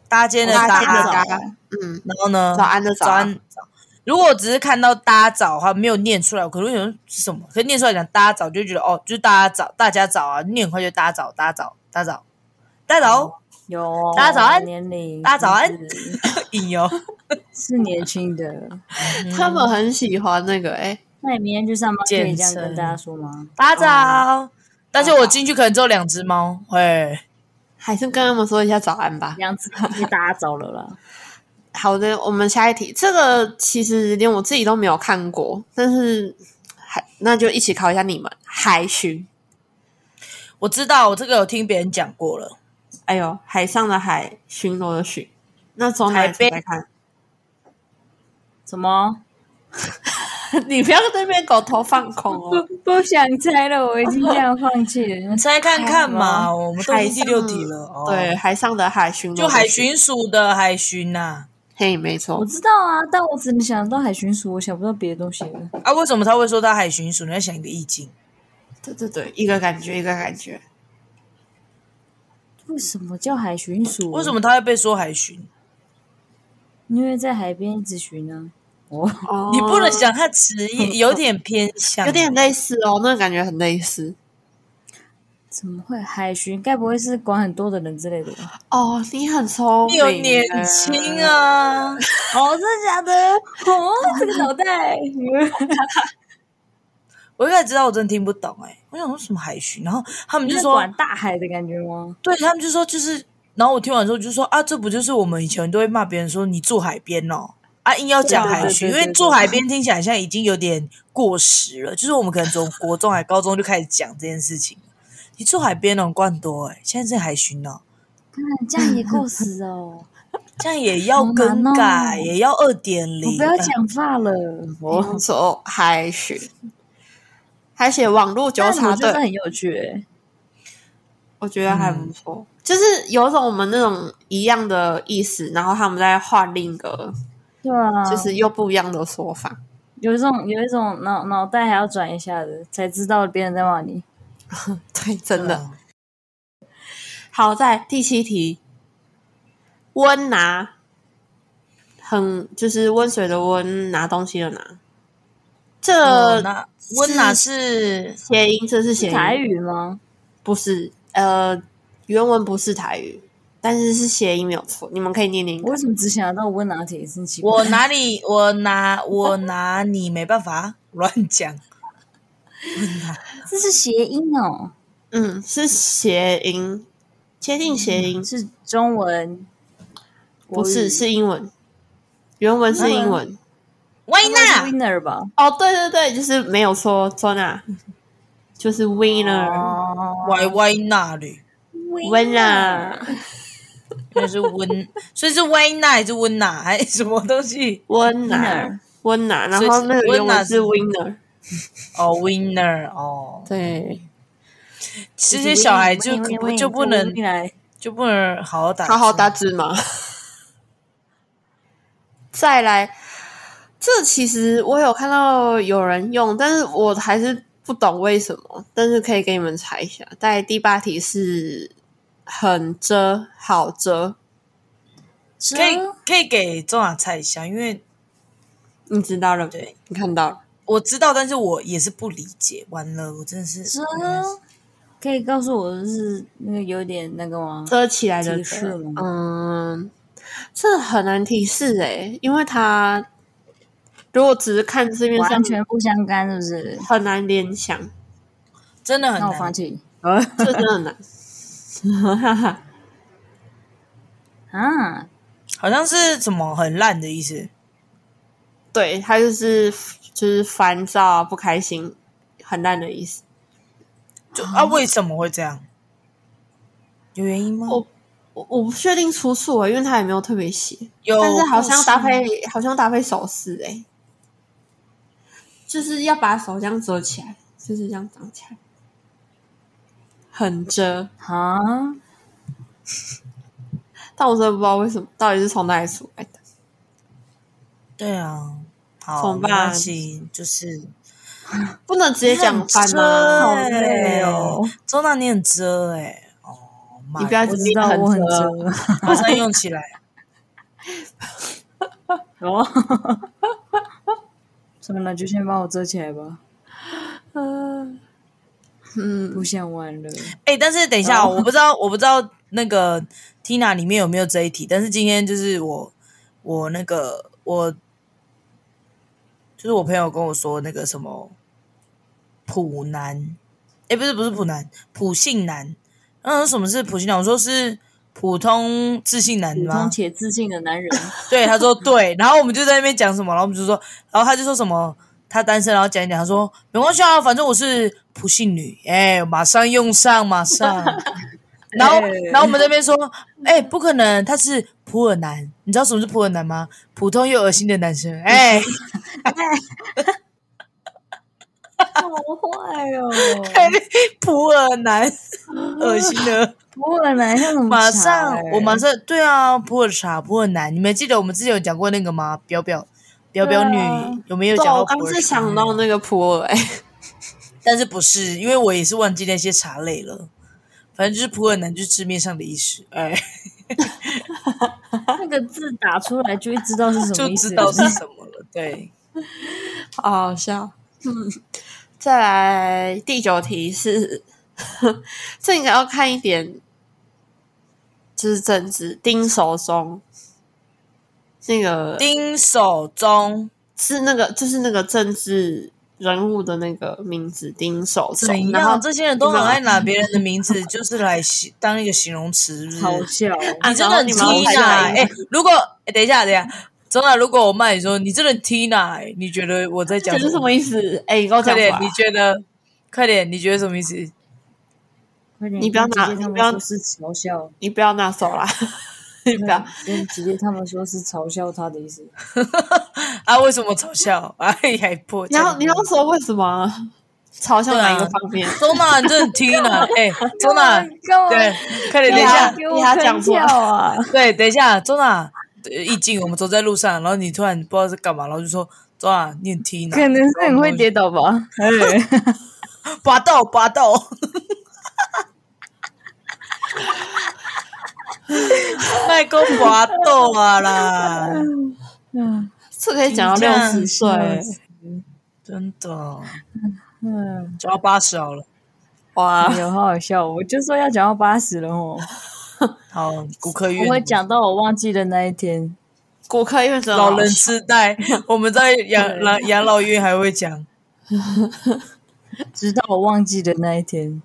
[SPEAKER 3] 搭肩的
[SPEAKER 1] 哦搭
[SPEAKER 2] 肩
[SPEAKER 1] 肩的
[SPEAKER 3] 搭，
[SPEAKER 1] 搭，嗯，
[SPEAKER 3] 然后呢
[SPEAKER 1] 早安的早
[SPEAKER 3] 早
[SPEAKER 1] 啊
[SPEAKER 3] 安早。如果我只是看到搭早的话，没有念出来，我可能会想说是什么？可是念出来讲搭早，就觉得哦，就是大家早，大家早啊，念很快就搭早，搭早，搭早，搭
[SPEAKER 1] 哦
[SPEAKER 3] 早，
[SPEAKER 2] 有
[SPEAKER 3] 大家早安
[SPEAKER 2] 年龄
[SPEAKER 3] 大家早安
[SPEAKER 2] 是
[SPEAKER 3] 引游。
[SPEAKER 2] 是年轻的。
[SPEAKER 1] 他们很喜欢那个哎、
[SPEAKER 2] 那你明天去上班可以这样
[SPEAKER 3] 健身
[SPEAKER 2] 跟大家说吗？
[SPEAKER 3] 大
[SPEAKER 1] 哦
[SPEAKER 3] 早。但是我进去可能只有两只猫，哎，
[SPEAKER 1] 还是跟他们说一下早安吧。
[SPEAKER 2] 两次被大家走了 啦。
[SPEAKER 1] 好的，我们下一题，这个其实连我自己都没有看过，但是还那就一起考一下你们海巡。
[SPEAKER 3] 我知道，我这个有听别人讲过了。
[SPEAKER 1] 哎呦，海上的海，巡逻的巡，那从哪里
[SPEAKER 3] 海边
[SPEAKER 1] 来看？
[SPEAKER 2] 什么？
[SPEAKER 1] 你不要在那边狗头放空 哦。
[SPEAKER 2] 不不想猜了，我已经这样放弃了
[SPEAKER 3] 你。猜看看嘛，我们都已经第六
[SPEAKER 1] 海上
[SPEAKER 3] 题了，哦、
[SPEAKER 1] 哦对，，海上的海巡
[SPEAKER 3] 就海，巡署的海巡呐、
[SPEAKER 1] 嘿，没
[SPEAKER 2] 我
[SPEAKER 1] 错，
[SPEAKER 2] 知道啊，但我只能想到海巡署，我想不到别的东西了。
[SPEAKER 3] 啊，为什么他会说他海巡署？你要想一个意境，
[SPEAKER 1] 对对对，一个感觉一个感觉，
[SPEAKER 2] 为什么叫海巡署？
[SPEAKER 3] 为什？么他会被说海巡？
[SPEAKER 2] 因为在海边一直巡啊。哦，
[SPEAKER 1] 哦
[SPEAKER 3] 你不能想他职业有点偏向，
[SPEAKER 1] 有点类似哦，那个感觉很类似
[SPEAKER 2] 怎么会海巡？该不会是管很多的人之类的吧？
[SPEAKER 1] 哦。你很聪
[SPEAKER 3] 你
[SPEAKER 1] 明，
[SPEAKER 3] 有年轻！啊，
[SPEAKER 2] 哦，真的假的？ 哦，这个脑 袋，
[SPEAKER 3] 我一开始知道我真的听不懂哎、我想说什么海巡，然后他们
[SPEAKER 2] 你
[SPEAKER 3] 就是说
[SPEAKER 2] 管大海的感觉吗？
[SPEAKER 3] 对他们就说就是，然后我听完之后就说啊，这不就是我们以前都会骂别人说你住海边哦，啊硬要讲海巡，
[SPEAKER 2] 对对对对
[SPEAKER 3] 因为住海边听起来现在已经有点过时了，就是我们可能从国中还高中就开始讲这件事情。你住海边哦，管很多哎、现在是海巡哦，
[SPEAKER 2] 看这样也够死 哦！
[SPEAKER 3] 这样也要
[SPEAKER 2] 好
[SPEAKER 3] 更
[SPEAKER 2] 难哦
[SPEAKER 3] 改，也要二点
[SPEAKER 2] 我
[SPEAKER 3] 零。
[SPEAKER 2] 不要
[SPEAKER 3] 哎
[SPEAKER 2] 讲话了。
[SPEAKER 1] 我
[SPEAKER 2] 哦，
[SPEAKER 1] 说海巡，还写网络纠
[SPEAKER 2] 但我
[SPEAKER 1] 察
[SPEAKER 2] 觉得这
[SPEAKER 1] 队，
[SPEAKER 2] 很有趣欸。
[SPEAKER 1] 我觉得还
[SPEAKER 2] 嗯
[SPEAKER 1] 不错，就是有种我们那种一样的意思，然后他们再换另一个，
[SPEAKER 2] 对啊，
[SPEAKER 1] 就是又不一样的说法。
[SPEAKER 2] 有一种有一种脑脑袋还要转一下的，才知道别人在骂你。
[SPEAKER 1] 对，真的。
[SPEAKER 3] 对啊
[SPEAKER 1] 好在第七题，温拿，很就是温水的温，拿东西的拿。
[SPEAKER 3] 呃，
[SPEAKER 1] 这
[SPEAKER 3] 那温拿是
[SPEAKER 1] 谐音，这是谐音，
[SPEAKER 2] 哦台语吗？
[SPEAKER 1] 不是呃，原文不是台语，但是是谐音没有错，你们可以念念看
[SPEAKER 2] 我为什么只想到温拿铁？真奇怪。
[SPEAKER 3] 我哪里？我拿我拿你没办法乱 讲。
[SPEAKER 2] 这是谐音哦，
[SPEAKER 1] 嗯，是谐音，接近谐音，
[SPEAKER 2] 是中文，
[SPEAKER 1] 不是是英文，原文是英文。
[SPEAKER 3] 维娜
[SPEAKER 2] winner 吧？
[SPEAKER 1] 哦，对对对，就是没有错，Zona，就是 winner，winner，、
[SPEAKER 2] 哦
[SPEAKER 3] ，Y Y 那里。那是温，所以是威娜还是温娜还是什么东西？
[SPEAKER 1] 温拿
[SPEAKER 2] Winner，
[SPEAKER 1] 温拿，然
[SPEAKER 3] 所以
[SPEAKER 1] 后
[SPEAKER 3] 是
[SPEAKER 1] 那个原文是 winner，
[SPEAKER 3] winner 哦，winner 哦，
[SPEAKER 1] 对，
[SPEAKER 3] 这些小孩就可不就不能
[SPEAKER 2] 来
[SPEAKER 3] 就不能好好打，
[SPEAKER 1] 好好打，字嘛。 再来，这其实我有看到有人用，但是我还是不懂为什么，但是可以给你们猜一下。在第八题是很遮好遮，啊
[SPEAKER 2] 折
[SPEAKER 3] 可以可以给中雅猜一下，因为
[SPEAKER 1] 你知道了，
[SPEAKER 3] 对
[SPEAKER 1] 你看到了。
[SPEAKER 3] 我知道，但是我也是不理解。完了，我真的是啊
[SPEAKER 2] 折，嗯可以告诉我是那个有点那个吗？
[SPEAKER 1] 遮起来的
[SPEAKER 2] 提示
[SPEAKER 1] 遮
[SPEAKER 2] 吗
[SPEAKER 1] 嗯，这很难提示诶、欸因为它如果只是看字面上
[SPEAKER 2] 完全不相干，是不是？
[SPEAKER 1] 很难联想，
[SPEAKER 3] 真的很
[SPEAKER 2] 那我
[SPEAKER 3] 难
[SPEAKER 2] 放。弃。
[SPEAKER 1] 这真的很难。
[SPEAKER 2] 啊，
[SPEAKER 3] 好像是什么很烂的意思，
[SPEAKER 1] 对他就是就是烦躁啊、不开心、很烂的意思。
[SPEAKER 3] 就啊，为什么会这样？有原因吗？
[SPEAKER 1] 我我我不确定出处啊、因为他也没有特别写，
[SPEAKER 3] 有，
[SPEAKER 1] 但是好像搭，配好像搭配手势哎、就是要把手这样折起来，就是这样长起来，很遮。
[SPEAKER 2] 啊，
[SPEAKER 1] 但我真的不知道为什么，到底是从哪里出来的。
[SPEAKER 3] 对啊，
[SPEAKER 1] 怎
[SPEAKER 3] 好，
[SPEAKER 1] 么
[SPEAKER 3] 没关
[SPEAKER 1] 办
[SPEAKER 3] 系，就是
[SPEAKER 1] 不能直接讲翻
[SPEAKER 3] 很
[SPEAKER 1] 啊！
[SPEAKER 2] 好累哦。
[SPEAKER 3] 周娜，你很遮哎、哦，妈
[SPEAKER 1] 你不 要
[SPEAKER 2] 我
[SPEAKER 1] 直
[SPEAKER 2] 知
[SPEAKER 1] 接
[SPEAKER 2] 道我很
[SPEAKER 3] 啊
[SPEAKER 1] 折，
[SPEAKER 2] 折
[SPEAKER 3] 马上用起来。
[SPEAKER 2] 哦。算了，就先把我遮起来吧，
[SPEAKER 1] 嗯嗯，
[SPEAKER 2] 不想玩了。
[SPEAKER 3] 哎、但是等一下，我不知道，我不知道那个 Tina 里面有没有这一题，但是今天就是我，我那个我，就是我朋友跟我说那个什么普男，哎、不是不是普男，普信男。嗯，什么是普信男？我说是普通自信男
[SPEAKER 2] 普
[SPEAKER 3] 吗？
[SPEAKER 2] 通且自信的男 人，
[SPEAKER 3] 对，他说对，然后我们就在那边讲什么，然后我们就说，然后他就说什么他单身，然后讲一讲，他说没关系啊，反正我是普信女，哎、马上用上，马上。 然后，然后我们这边说，哎、不可能，他是普洱 男，你知道什么是普洱男吗？普通又恶心的男生，哎、
[SPEAKER 2] 好坏 哦！
[SPEAKER 3] 普洱 南，恶心的。
[SPEAKER 2] 普洱南像什么、欸
[SPEAKER 3] 马
[SPEAKER 1] 哎
[SPEAKER 3] 上，我马，上，对啊，普洱茶，普洱南，你们记得我们之前有讲过那个吗？表表表表女、
[SPEAKER 2] 对啊
[SPEAKER 3] 有没有
[SPEAKER 1] 对
[SPEAKER 3] 讲
[SPEAKER 1] 啊，
[SPEAKER 3] 到
[SPEAKER 1] 我
[SPEAKER 3] 普洱茶？
[SPEAKER 1] 刚是想到那个普洱、欸，
[SPEAKER 3] 但是不是，因为我也是忘记那些茶类了。反正就是普洱南，就是字面上的意思，哎，
[SPEAKER 2] 那个字打出来就会知道是什么
[SPEAKER 3] 就
[SPEAKER 2] 意思，
[SPEAKER 3] 知道是什么了。 对，
[SPEAKER 1] 好好笑。嗯，哦啊再来第九题是， 这应该要看一点，就是政治。丁守中，那个
[SPEAKER 3] 丁守中，
[SPEAKER 1] 是那个就是那个政治人物的那个名字，丁守
[SPEAKER 3] 怎
[SPEAKER 1] 中。然后
[SPEAKER 3] 样？这些人都很爱拿别人的名字，就是来形当一个形容词，是不是
[SPEAKER 2] 好笑。哦
[SPEAKER 1] 啊
[SPEAKER 3] 你真的
[SPEAKER 1] 然后
[SPEAKER 3] 很
[SPEAKER 1] 你们
[SPEAKER 3] Tina
[SPEAKER 1] 还
[SPEAKER 3] 哎、如果、哎等一下，等一下，真的，如果我骂你说你真的 Tina，、哎你觉得我在讲
[SPEAKER 1] 这是什么意思？哎、你跟我
[SPEAKER 3] 快
[SPEAKER 1] 讲
[SPEAKER 3] 点
[SPEAKER 1] 吧，
[SPEAKER 3] 你觉得？快点，你觉得什么意思？
[SPEAKER 2] 快点，
[SPEAKER 1] 你不要拿
[SPEAKER 2] 直接
[SPEAKER 1] 你
[SPEAKER 2] 他们
[SPEAKER 1] 不要
[SPEAKER 2] 说是嘲笑，
[SPEAKER 1] 你不要那手啦， 你不要。
[SPEAKER 2] 嗯直接他们说是嘲笑他的意思。
[SPEAKER 3] 啊，为什么嘲笑？ 哎，还破
[SPEAKER 1] 你要你要说为什么嘲笑哪一个
[SPEAKER 3] 对啊
[SPEAKER 1] 方面？
[SPEAKER 3] 周娜，你真的 Tina，哎、 周娜，
[SPEAKER 1] 啊
[SPEAKER 2] 干嘛？
[SPEAKER 3] 对，快点，
[SPEAKER 1] 对
[SPEAKER 3] 等一
[SPEAKER 1] 啊
[SPEAKER 3] 下，
[SPEAKER 2] 给我喷跳啊！
[SPEAKER 3] 对，等一下，周娜，一进我们走在路上，然后你突然不知道是干嘛，然后就说周娜，你很 Tina，
[SPEAKER 2] 可能是很会跌倒吧。哎，
[SPEAKER 3] 拔豆拔豆， 卖公拔豆啊啦，
[SPEAKER 2] 嗯
[SPEAKER 1] 这可以讲到六十岁，
[SPEAKER 3] 真的，
[SPEAKER 2] 嗯，
[SPEAKER 3] 只要八十好了。
[SPEAKER 1] 哇！
[SPEAKER 2] 有好好笑，我就说要讲到八十了哦，
[SPEAKER 3] 好，骨科医
[SPEAKER 2] 我会
[SPEAKER 3] 院
[SPEAKER 2] 讲到我忘记的那一天。
[SPEAKER 1] 骨科医院真的
[SPEAKER 3] 老人
[SPEAKER 1] 好
[SPEAKER 3] 痴呆，我们在 养老养老院还会讲，
[SPEAKER 2] 直到我忘记的那一 天，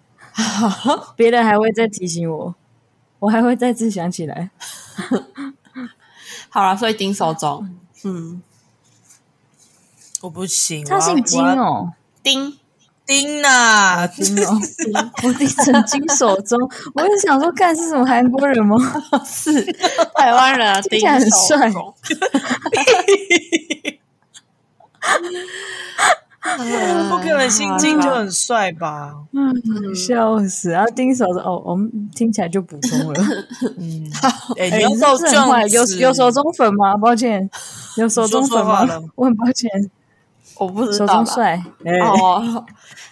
[SPEAKER 2] 别人还会再提醒我，我还会再次想起来。
[SPEAKER 1] 好了，所以丁守中，嗯，
[SPEAKER 3] 我不行，
[SPEAKER 2] 他
[SPEAKER 3] 我要啊
[SPEAKER 2] 姓金，
[SPEAKER 3] 我要
[SPEAKER 2] 哦，
[SPEAKER 1] 丁
[SPEAKER 3] 丁呐，
[SPEAKER 2] 金哦， 我弟曾经手中，我就想说，干是什么韩国人吗？
[SPEAKER 1] 是台湾人啊，
[SPEAKER 2] 听
[SPEAKER 1] 丁
[SPEAKER 2] 起来很
[SPEAKER 1] 守
[SPEAKER 2] 帅
[SPEAKER 1] 中。嗯
[SPEAKER 3] 不可能姓金
[SPEAKER 1] 啊
[SPEAKER 3] 就很帅吧？
[SPEAKER 2] 嗯，笑死！然后丁手中，哦，我们听起来就普通了。
[SPEAKER 3] 嗯，哎，
[SPEAKER 2] 哎
[SPEAKER 3] 你要照
[SPEAKER 2] 你是很坏
[SPEAKER 3] 样
[SPEAKER 2] 有
[SPEAKER 3] 子
[SPEAKER 2] 有手中粉吗？抱歉，有手中粉
[SPEAKER 3] 你说错话
[SPEAKER 2] 吗
[SPEAKER 3] 了？
[SPEAKER 2] 我很抱歉，
[SPEAKER 1] 我不知
[SPEAKER 2] 手
[SPEAKER 1] 道
[SPEAKER 2] 中
[SPEAKER 1] 啦。
[SPEAKER 2] 帅。
[SPEAKER 3] 哎
[SPEAKER 2] 哦，
[SPEAKER 1] 哦，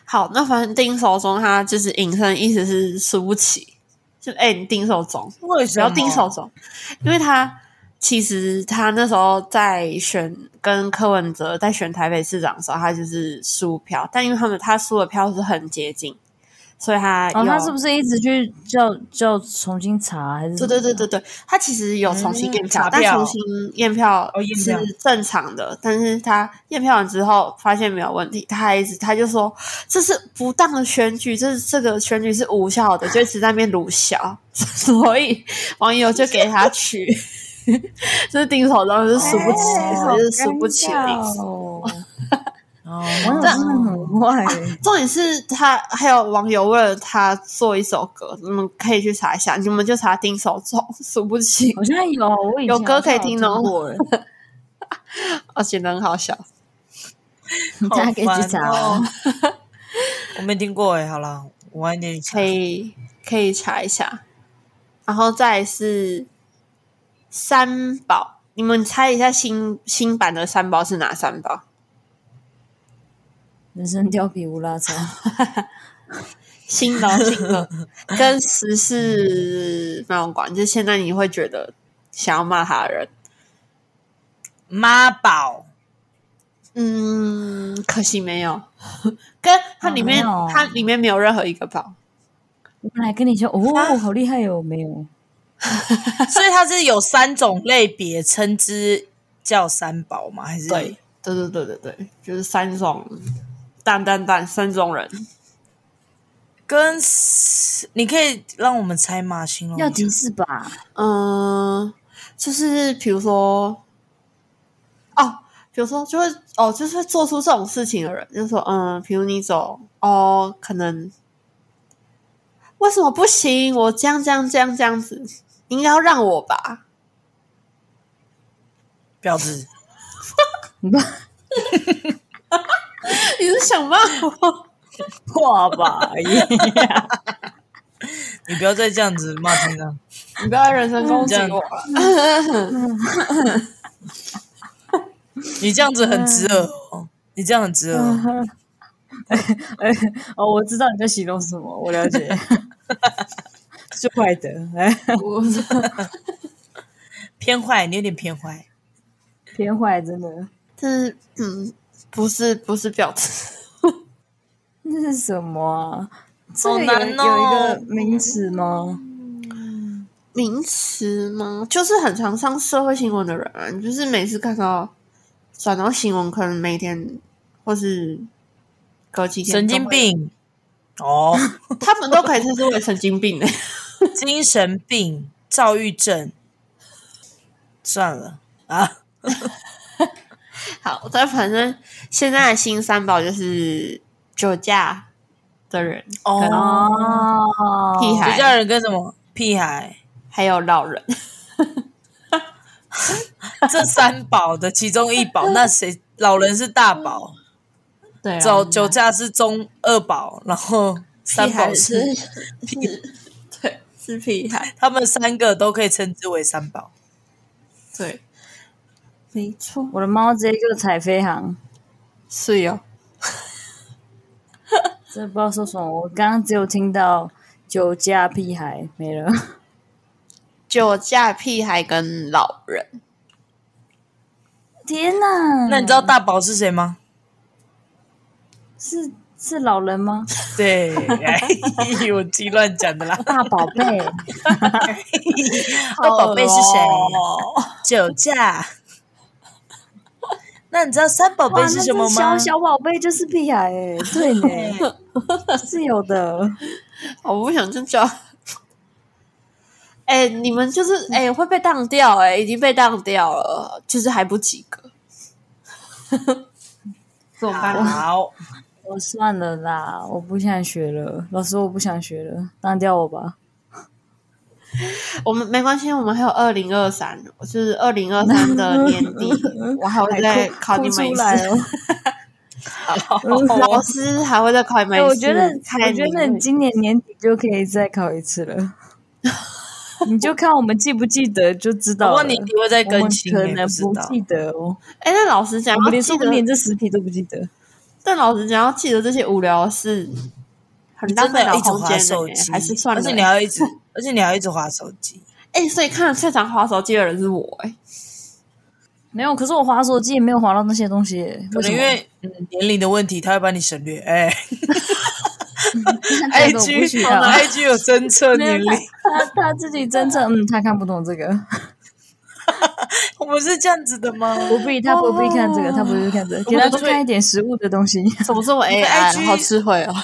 [SPEAKER 1] 好，那反正丁守中他就是引申意思是输不起，就哎、你丁守中，
[SPEAKER 3] 为
[SPEAKER 1] 不
[SPEAKER 3] 什
[SPEAKER 1] 要
[SPEAKER 3] 么哦
[SPEAKER 1] 丁守中，因为他其实他那时候在选跟柯文哲在选台北市长的时候，他就是输票，但因为他们他输的票是很接近，所以他有、
[SPEAKER 2] 哦他是不是一直去叫叫重新查还是？
[SPEAKER 1] 对对对对对，他其实有重新验票，
[SPEAKER 3] 嗯查
[SPEAKER 1] 但
[SPEAKER 3] 票
[SPEAKER 1] 重新验票
[SPEAKER 3] 哦验
[SPEAKER 1] 是
[SPEAKER 3] 票
[SPEAKER 1] 正常的。但是他验票完之后发现没有问题，他还一直他就说这是不当的选举，这是这个选举是无效的，就一直在那边鲁小， 所以网友就给他取， 就是丁守中就是
[SPEAKER 2] 哎
[SPEAKER 1] 输不起，
[SPEAKER 2] 好
[SPEAKER 1] 就是输不起的意
[SPEAKER 2] 尴
[SPEAKER 1] 思
[SPEAKER 2] 尬。哦
[SPEAKER 3] 哦，
[SPEAKER 2] 网友真的很坏欸，
[SPEAKER 1] 重点是他还有网友为了他做一首歌，你们可以去查一下，你们就查丁守中输不起，
[SPEAKER 2] 好像有我以前
[SPEAKER 1] 有歌可以听哦
[SPEAKER 2] 好像有过欸
[SPEAKER 1] 而且很好笑。
[SPEAKER 2] 大家可以
[SPEAKER 3] 好
[SPEAKER 2] 去
[SPEAKER 3] 烦
[SPEAKER 2] 查
[SPEAKER 3] 哦
[SPEAKER 2] 哦。
[SPEAKER 3] 我没听过哎，好啦，我晚一点去查
[SPEAKER 1] 可以可以查一下。然后再来是三宝，你们猜一下新新版的三宝是哪三宝？
[SPEAKER 2] 人生貂皮无拉草，
[SPEAKER 1] 新的哦新 的，跟时事没有关，就是现在你会觉得想要骂他的人，
[SPEAKER 3] 妈宝
[SPEAKER 1] 嗯，可惜没有，跟它里面、
[SPEAKER 2] 哦没有
[SPEAKER 1] 它里面没有任何一个宝，
[SPEAKER 2] 我本来跟你说哦，好厉害哦，没有。
[SPEAKER 3] 所以它是有三种类别称之叫三宝吗？还是
[SPEAKER 1] 对，对对对对对，就是三种蛋蛋蛋三种人，
[SPEAKER 3] 跟死你可以让我们猜吗？形容一下
[SPEAKER 2] 要提示吧？
[SPEAKER 1] 嗯，就是比如说，哦，比如说就会哦，就是会做出这种事情的人，就是说，嗯，比如你走哦，可能为什么不行？我这样这样这样这样子，你应该要让我吧？
[SPEAKER 3] 婊子，
[SPEAKER 1] 你是想骂我？
[SPEAKER 2] 破 吧而已。
[SPEAKER 3] 你不要再这样子骂听了。
[SPEAKER 1] 你不要人身攻击我了。
[SPEAKER 3] 你这样子
[SPEAKER 2] 嗯
[SPEAKER 3] 很值耳哦，你这样很值耳哦。
[SPEAKER 2] 哎 哦，我知道你在形容什么，我了解，是坏的，哎，
[SPEAKER 1] 我 是
[SPEAKER 3] 偏坏，你有点偏坏。
[SPEAKER 2] 偏坏，真的。
[SPEAKER 1] 这是嗯，不是不是婊子，
[SPEAKER 2] 那是什么啊？这
[SPEAKER 3] 好
[SPEAKER 2] 个有、
[SPEAKER 3] 难哦
[SPEAKER 2] 有一个名词吗？
[SPEAKER 1] 名词吗？就是很常上社会新闻的人啊，你就是每次看到转到新闻，可能每天或是隔几天，
[SPEAKER 3] 神经，病哦，
[SPEAKER 1] 他们都可以称之为神经病的、
[SPEAKER 3] 精神病、躁郁症，算了啊，
[SPEAKER 1] 好，但反正现在的新三宝就是酒驾的人，
[SPEAKER 3] 哦
[SPEAKER 1] 跟
[SPEAKER 2] 哦，
[SPEAKER 1] 屁孩
[SPEAKER 3] 酒驾人跟什么屁 孩，
[SPEAKER 1] 还有老人。
[SPEAKER 3] 这三宝的其中 一宝，那谁老人是大宝，
[SPEAKER 1] 对 啊，
[SPEAKER 3] 走酒驾是中二宝，然后三
[SPEAKER 1] 屁
[SPEAKER 3] 宝
[SPEAKER 1] 孩是
[SPEAKER 3] 是
[SPEAKER 1] 是，对，是屁孩，
[SPEAKER 3] 他们三个都可以称之为三宝。
[SPEAKER 1] 对，没错，哦
[SPEAKER 2] 我的猫直接就踩飞航，
[SPEAKER 1] 是有
[SPEAKER 2] 这不知道说什么。我刚刚只有听到酒驾屁孩没了，
[SPEAKER 1] 酒驾、屁孩跟老人，
[SPEAKER 2] 天哪！
[SPEAKER 1] 嗯
[SPEAKER 3] 那你知道大宝是谁吗？
[SPEAKER 2] 是是老人吗？
[SPEAKER 3] 对，哎我自己乱讲的啦。
[SPEAKER 1] 哦
[SPEAKER 2] 大宝贝，
[SPEAKER 3] 那宝贝是谁
[SPEAKER 1] 哦
[SPEAKER 3] 酒驾。那你知道三宝贝
[SPEAKER 2] 哇，
[SPEAKER 3] 是
[SPEAKER 2] 那
[SPEAKER 3] 什么
[SPEAKER 2] 这
[SPEAKER 3] 吗
[SPEAKER 2] 小？小宝贝就是屁孩哎、对 呢，是有的。
[SPEAKER 3] 哦
[SPEAKER 1] 我不想就叫。哎、你们就是哎、会被当掉哎、已经被当掉了，就是还不及格，怎么办啊？
[SPEAKER 3] 好，
[SPEAKER 2] 我算了啦，我不想学了，老师，我不想学了，当掉我吧。
[SPEAKER 1] 我们没关系，我们还有二零二三，就是二零二三的年底，我还会再考你们一
[SPEAKER 2] 哭
[SPEAKER 1] 次哦
[SPEAKER 2] 出。来哦！
[SPEAKER 1] 老师还会再考你们
[SPEAKER 2] 哎、
[SPEAKER 1] 一次。
[SPEAKER 2] 我觉得，
[SPEAKER 1] 看
[SPEAKER 2] 我觉得你
[SPEAKER 1] 你
[SPEAKER 2] 今年年底就可以再考一次了， 你就看我们记不记得就知
[SPEAKER 3] 不
[SPEAKER 2] 道
[SPEAKER 3] 过
[SPEAKER 2] 了。
[SPEAKER 3] 年底会再更新，
[SPEAKER 2] 我
[SPEAKER 3] 也
[SPEAKER 2] 们可能
[SPEAKER 3] 不知
[SPEAKER 2] 不
[SPEAKER 3] 道。
[SPEAKER 2] 记得哦，
[SPEAKER 1] 哎、那老师讲
[SPEAKER 2] 我们
[SPEAKER 1] 要
[SPEAKER 2] 连
[SPEAKER 1] 记
[SPEAKER 2] 说不定
[SPEAKER 1] 得，
[SPEAKER 2] 这实体都不记得。
[SPEAKER 1] 但老师讲要记得这些无聊的事，很
[SPEAKER 3] 你
[SPEAKER 1] 浪
[SPEAKER 3] 真
[SPEAKER 1] 费
[SPEAKER 3] 的
[SPEAKER 1] 脑
[SPEAKER 3] 要一直
[SPEAKER 1] 空
[SPEAKER 3] 划
[SPEAKER 1] 间
[SPEAKER 3] 手
[SPEAKER 1] 的、
[SPEAKER 3] 机，
[SPEAKER 1] 还是算了、
[SPEAKER 3] 而且你还要一直，而且你还要一直划手机。
[SPEAKER 1] 哎、所以看了最常滑手机的人是我、哎，
[SPEAKER 2] 没有，可是我划手机也没有划到那些东西耶，
[SPEAKER 3] 可
[SPEAKER 2] 为
[SPEAKER 3] 能
[SPEAKER 2] 什
[SPEAKER 3] 因
[SPEAKER 2] 么
[SPEAKER 3] 为嗯年龄的问题，他会把你省略。哎
[SPEAKER 2] 这个我不啊需
[SPEAKER 3] ，IG
[SPEAKER 2] 要。
[SPEAKER 3] IG 有侦测
[SPEAKER 2] 没有
[SPEAKER 3] 年龄，
[SPEAKER 2] 他他自己真正嗯，他看不懂这个，
[SPEAKER 3] 我们是这样子的吗？
[SPEAKER 2] 不必他不必看这个，他不必看这个，给他多看一点食物的东西。
[SPEAKER 1] 怎么这么
[SPEAKER 3] IG
[SPEAKER 1] AI，好智慧哦！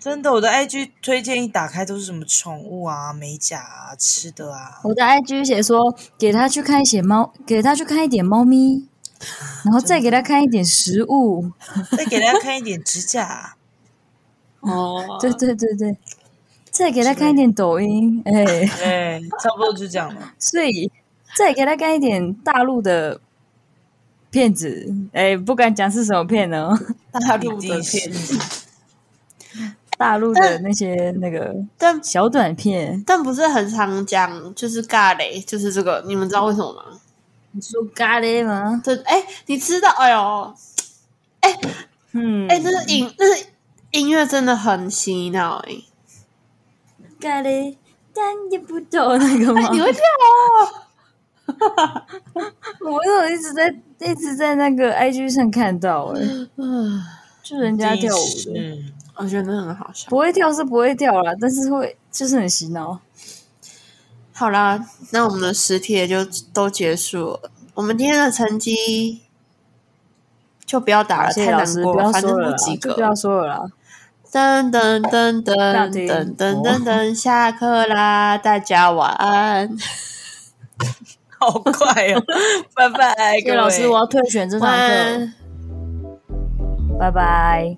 [SPEAKER 3] 真的，我的 IG 推荐一打开都是什么宠物啊、美甲啊、吃的啊。
[SPEAKER 2] 我的 IG 写说，给他去看一些猫，给他去看一点猫咪，然后再给他看一点食物。
[SPEAKER 3] 再给大家看一点指甲，
[SPEAKER 1] 哦，
[SPEAKER 2] 对对对对，再给他看一点抖音，哎、
[SPEAKER 3] 对，差不多就这样了。
[SPEAKER 2] 所以再给他看一点大陆的骗子，哎、不敢讲是什么哦骗呢？
[SPEAKER 1] 大陆
[SPEAKER 3] 一
[SPEAKER 1] 的
[SPEAKER 3] 定是
[SPEAKER 1] 片，
[SPEAKER 2] 大陆的那些那个
[SPEAKER 1] 但
[SPEAKER 2] 小短片，
[SPEAKER 1] 但不是很常讲，就是尬雷，就是这个，你们知道为什么吗？
[SPEAKER 2] 你说咖喱吗？
[SPEAKER 1] 对，哎、你知道，哎呦，
[SPEAKER 2] 嗯，
[SPEAKER 1] 哎、那个音，那个音乐真的很洗脑、哎。
[SPEAKER 2] 咖喱，但也不懂那个吗？
[SPEAKER 1] 你会跳哦？
[SPEAKER 2] 我有一直在一直在那个 IG 上看到、哎，
[SPEAKER 1] 嗯，
[SPEAKER 2] 就人家跳舞的，
[SPEAKER 3] 嗯，
[SPEAKER 1] 我觉得很好笑。
[SPEAKER 2] 不会跳是不会跳啦，但是会就是很洗脑。
[SPEAKER 1] 好啦，那我们的实体也就都结束了。我们今天的成绩就不要打了，
[SPEAKER 2] 谢
[SPEAKER 1] 太
[SPEAKER 2] 谢老
[SPEAKER 1] 难
[SPEAKER 2] 师，
[SPEAKER 1] 过
[SPEAKER 2] 不要
[SPEAKER 1] 反正
[SPEAKER 2] 说了
[SPEAKER 1] 不
[SPEAKER 2] 啦，
[SPEAKER 1] 及
[SPEAKER 2] 就
[SPEAKER 1] 格
[SPEAKER 2] 不。要说了啦。
[SPEAKER 1] 噔噔噔噔
[SPEAKER 2] 大
[SPEAKER 1] 噔
[SPEAKER 2] 厅
[SPEAKER 1] 噔噔噔，下课啦，大家晚安。
[SPEAKER 3] 好快哦，拜 拜，
[SPEAKER 2] 谢谢
[SPEAKER 3] 各位
[SPEAKER 2] 老师，我要退选这堂
[SPEAKER 1] 晚
[SPEAKER 2] 课
[SPEAKER 1] 安。，
[SPEAKER 2] 拜拜。